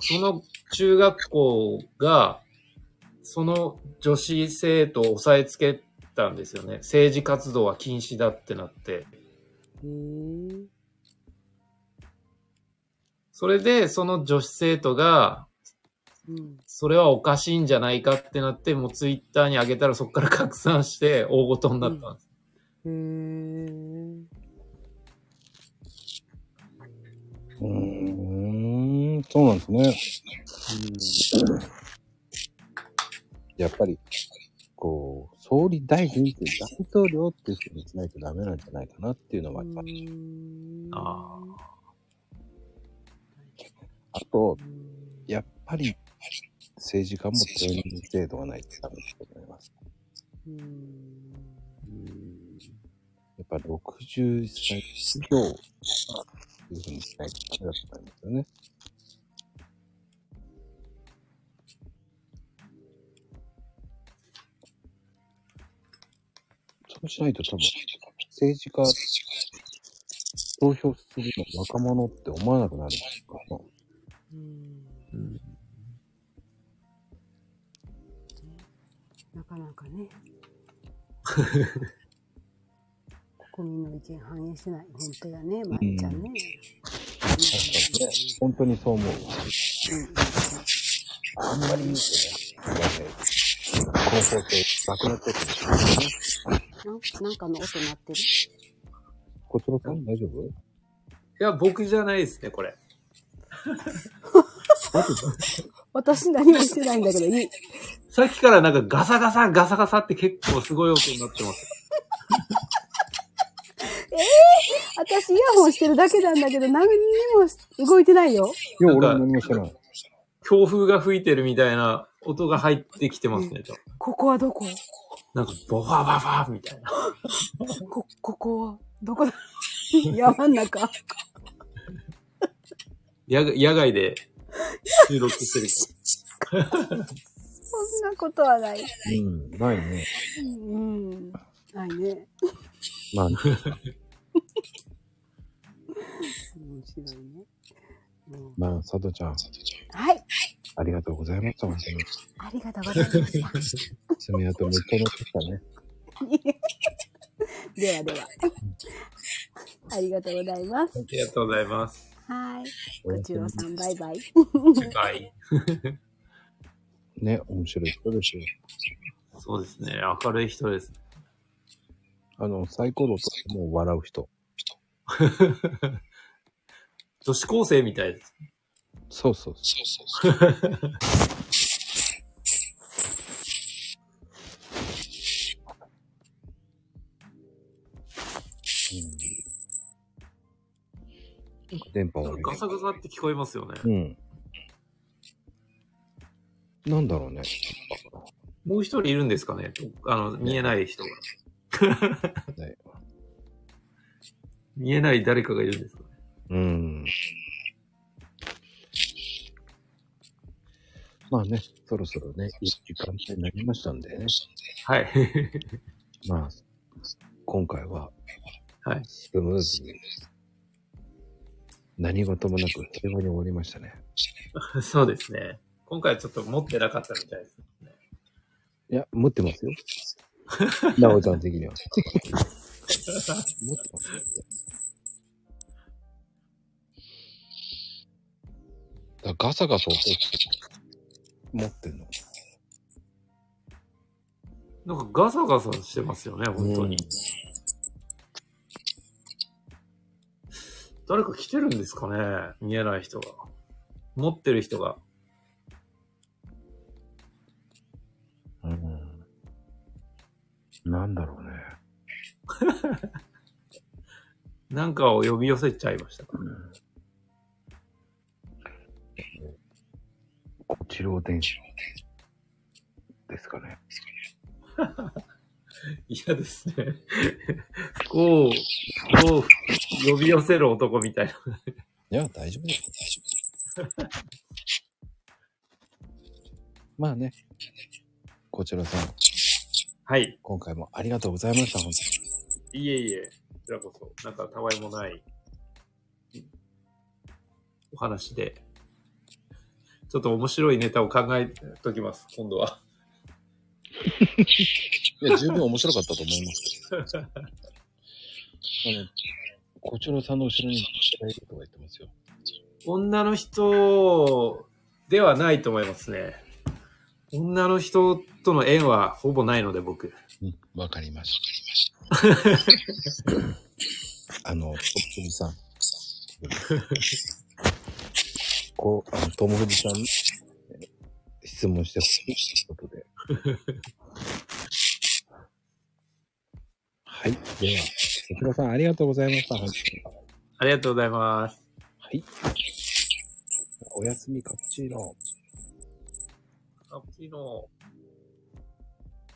その中学校が、その女子生徒を押さえつけたんですよね。政治活動は禁止だってなって。へえ。それで、その女子生徒が、うん。それはおかしいんじゃないかってなって、もうツイッターに上げたらそこから拡散して大ごとになったんです。へえ。うーん、そうなんですね。やっぱり、こう、総理大臣って大統領っていうふうにしないとダメなんじゃないかなっていうのはあります。ああとう、んやっぱり、政治家も定年制度がないとダメだと思います。うん。やっぱ60歳以上、というふうにしないとダメだと思いますよね。そうしないと多分、政治家、投票するの若者って思わなくなるんですかうんうんなかなか ね。国民の意見反映してない。本当やね、まゆちゃんね。本当にそう思う。あんまり言うとね、高校生、亡くなってってしまうね。なんなんかの音鳴ってる。こちらさん大丈夫いや、僕じゃないですね、これ。私何もしてないんだけど、いい。さっきからなんかガサガサ、ガサガサって結構すごい音になってます。私イヤホンしてるだけなんだけど、何にも動いてないよ。いや、なん俺かも何もしてない。強風が吹いてるみたいな音が入ってきてますね、ちょっと。ここはどこなんか、ボファバファみたいな。こ、ここは、どこだ 山ん中。野外野外で収録してる。そんなことはない。うん、ないね。うん。ないね。まあ、面白いね。うんまあ、佐藤ちゃん、はい。ありがとうございました。本当に。ありがとうございました。爪痕めっちゃ乗ってきたね。ではでは。ありがとうございます。ありがとうございます。はい。おごやすちみろうさん、バイバイ。はい。ね、面白い人ですよ。そうですね。明るい人です。あの、サイコロともう笑う人。女子高生みたいです。そうそうそうん。電波悪い。ガサガサって聞こえますよね。うん。なんだろうね。もう一人いるんですかねあの、見えない人が。ね見えない誰かがいるんですかねうん。まあね、そろそろね、いい時間帯になりましたんでね。はい。まあ、今回は、はいスムーズに何事もなく、平和に終わりましたね。そうですね。今回ちょっと持ってなかったみたいです。いや、持ってますよ。なおちゃん的には。持ってますよだガサガサ音持ってんの。なんかガサガサしてますよね、本当に。誰か来てるんですかね見えない人が。持ってる人が。うん。なんだろうね。なんかを呼び寄せちゃいました。こちら電子ですかね。嫌ですね。不幸を、不幸を呼び寄せる男みたいな。いや、大丈夫です。大丈夫です。まあね。こちらさん、はい。今回もありがとうございました。本当にいえいえ、こちらこそ、なんかたわいもないお話で、ちょっと面白いネタを考えときます、今度は。いや、十分面白かったと思いますけど。あの、こちらさんの後ろに大丈夫とか言ってますよ。女の人ではないと思いますね。女の人との縁はほぼないので、僕。うん、わかりました。あの、トムフジさん。こう、あの、トムフジさん、質問してほしいということで。はい。では、小倉さん、ありがとうございました。本当にありがとうございます。はい。おやすみ、カプチーノ。カプチーノ。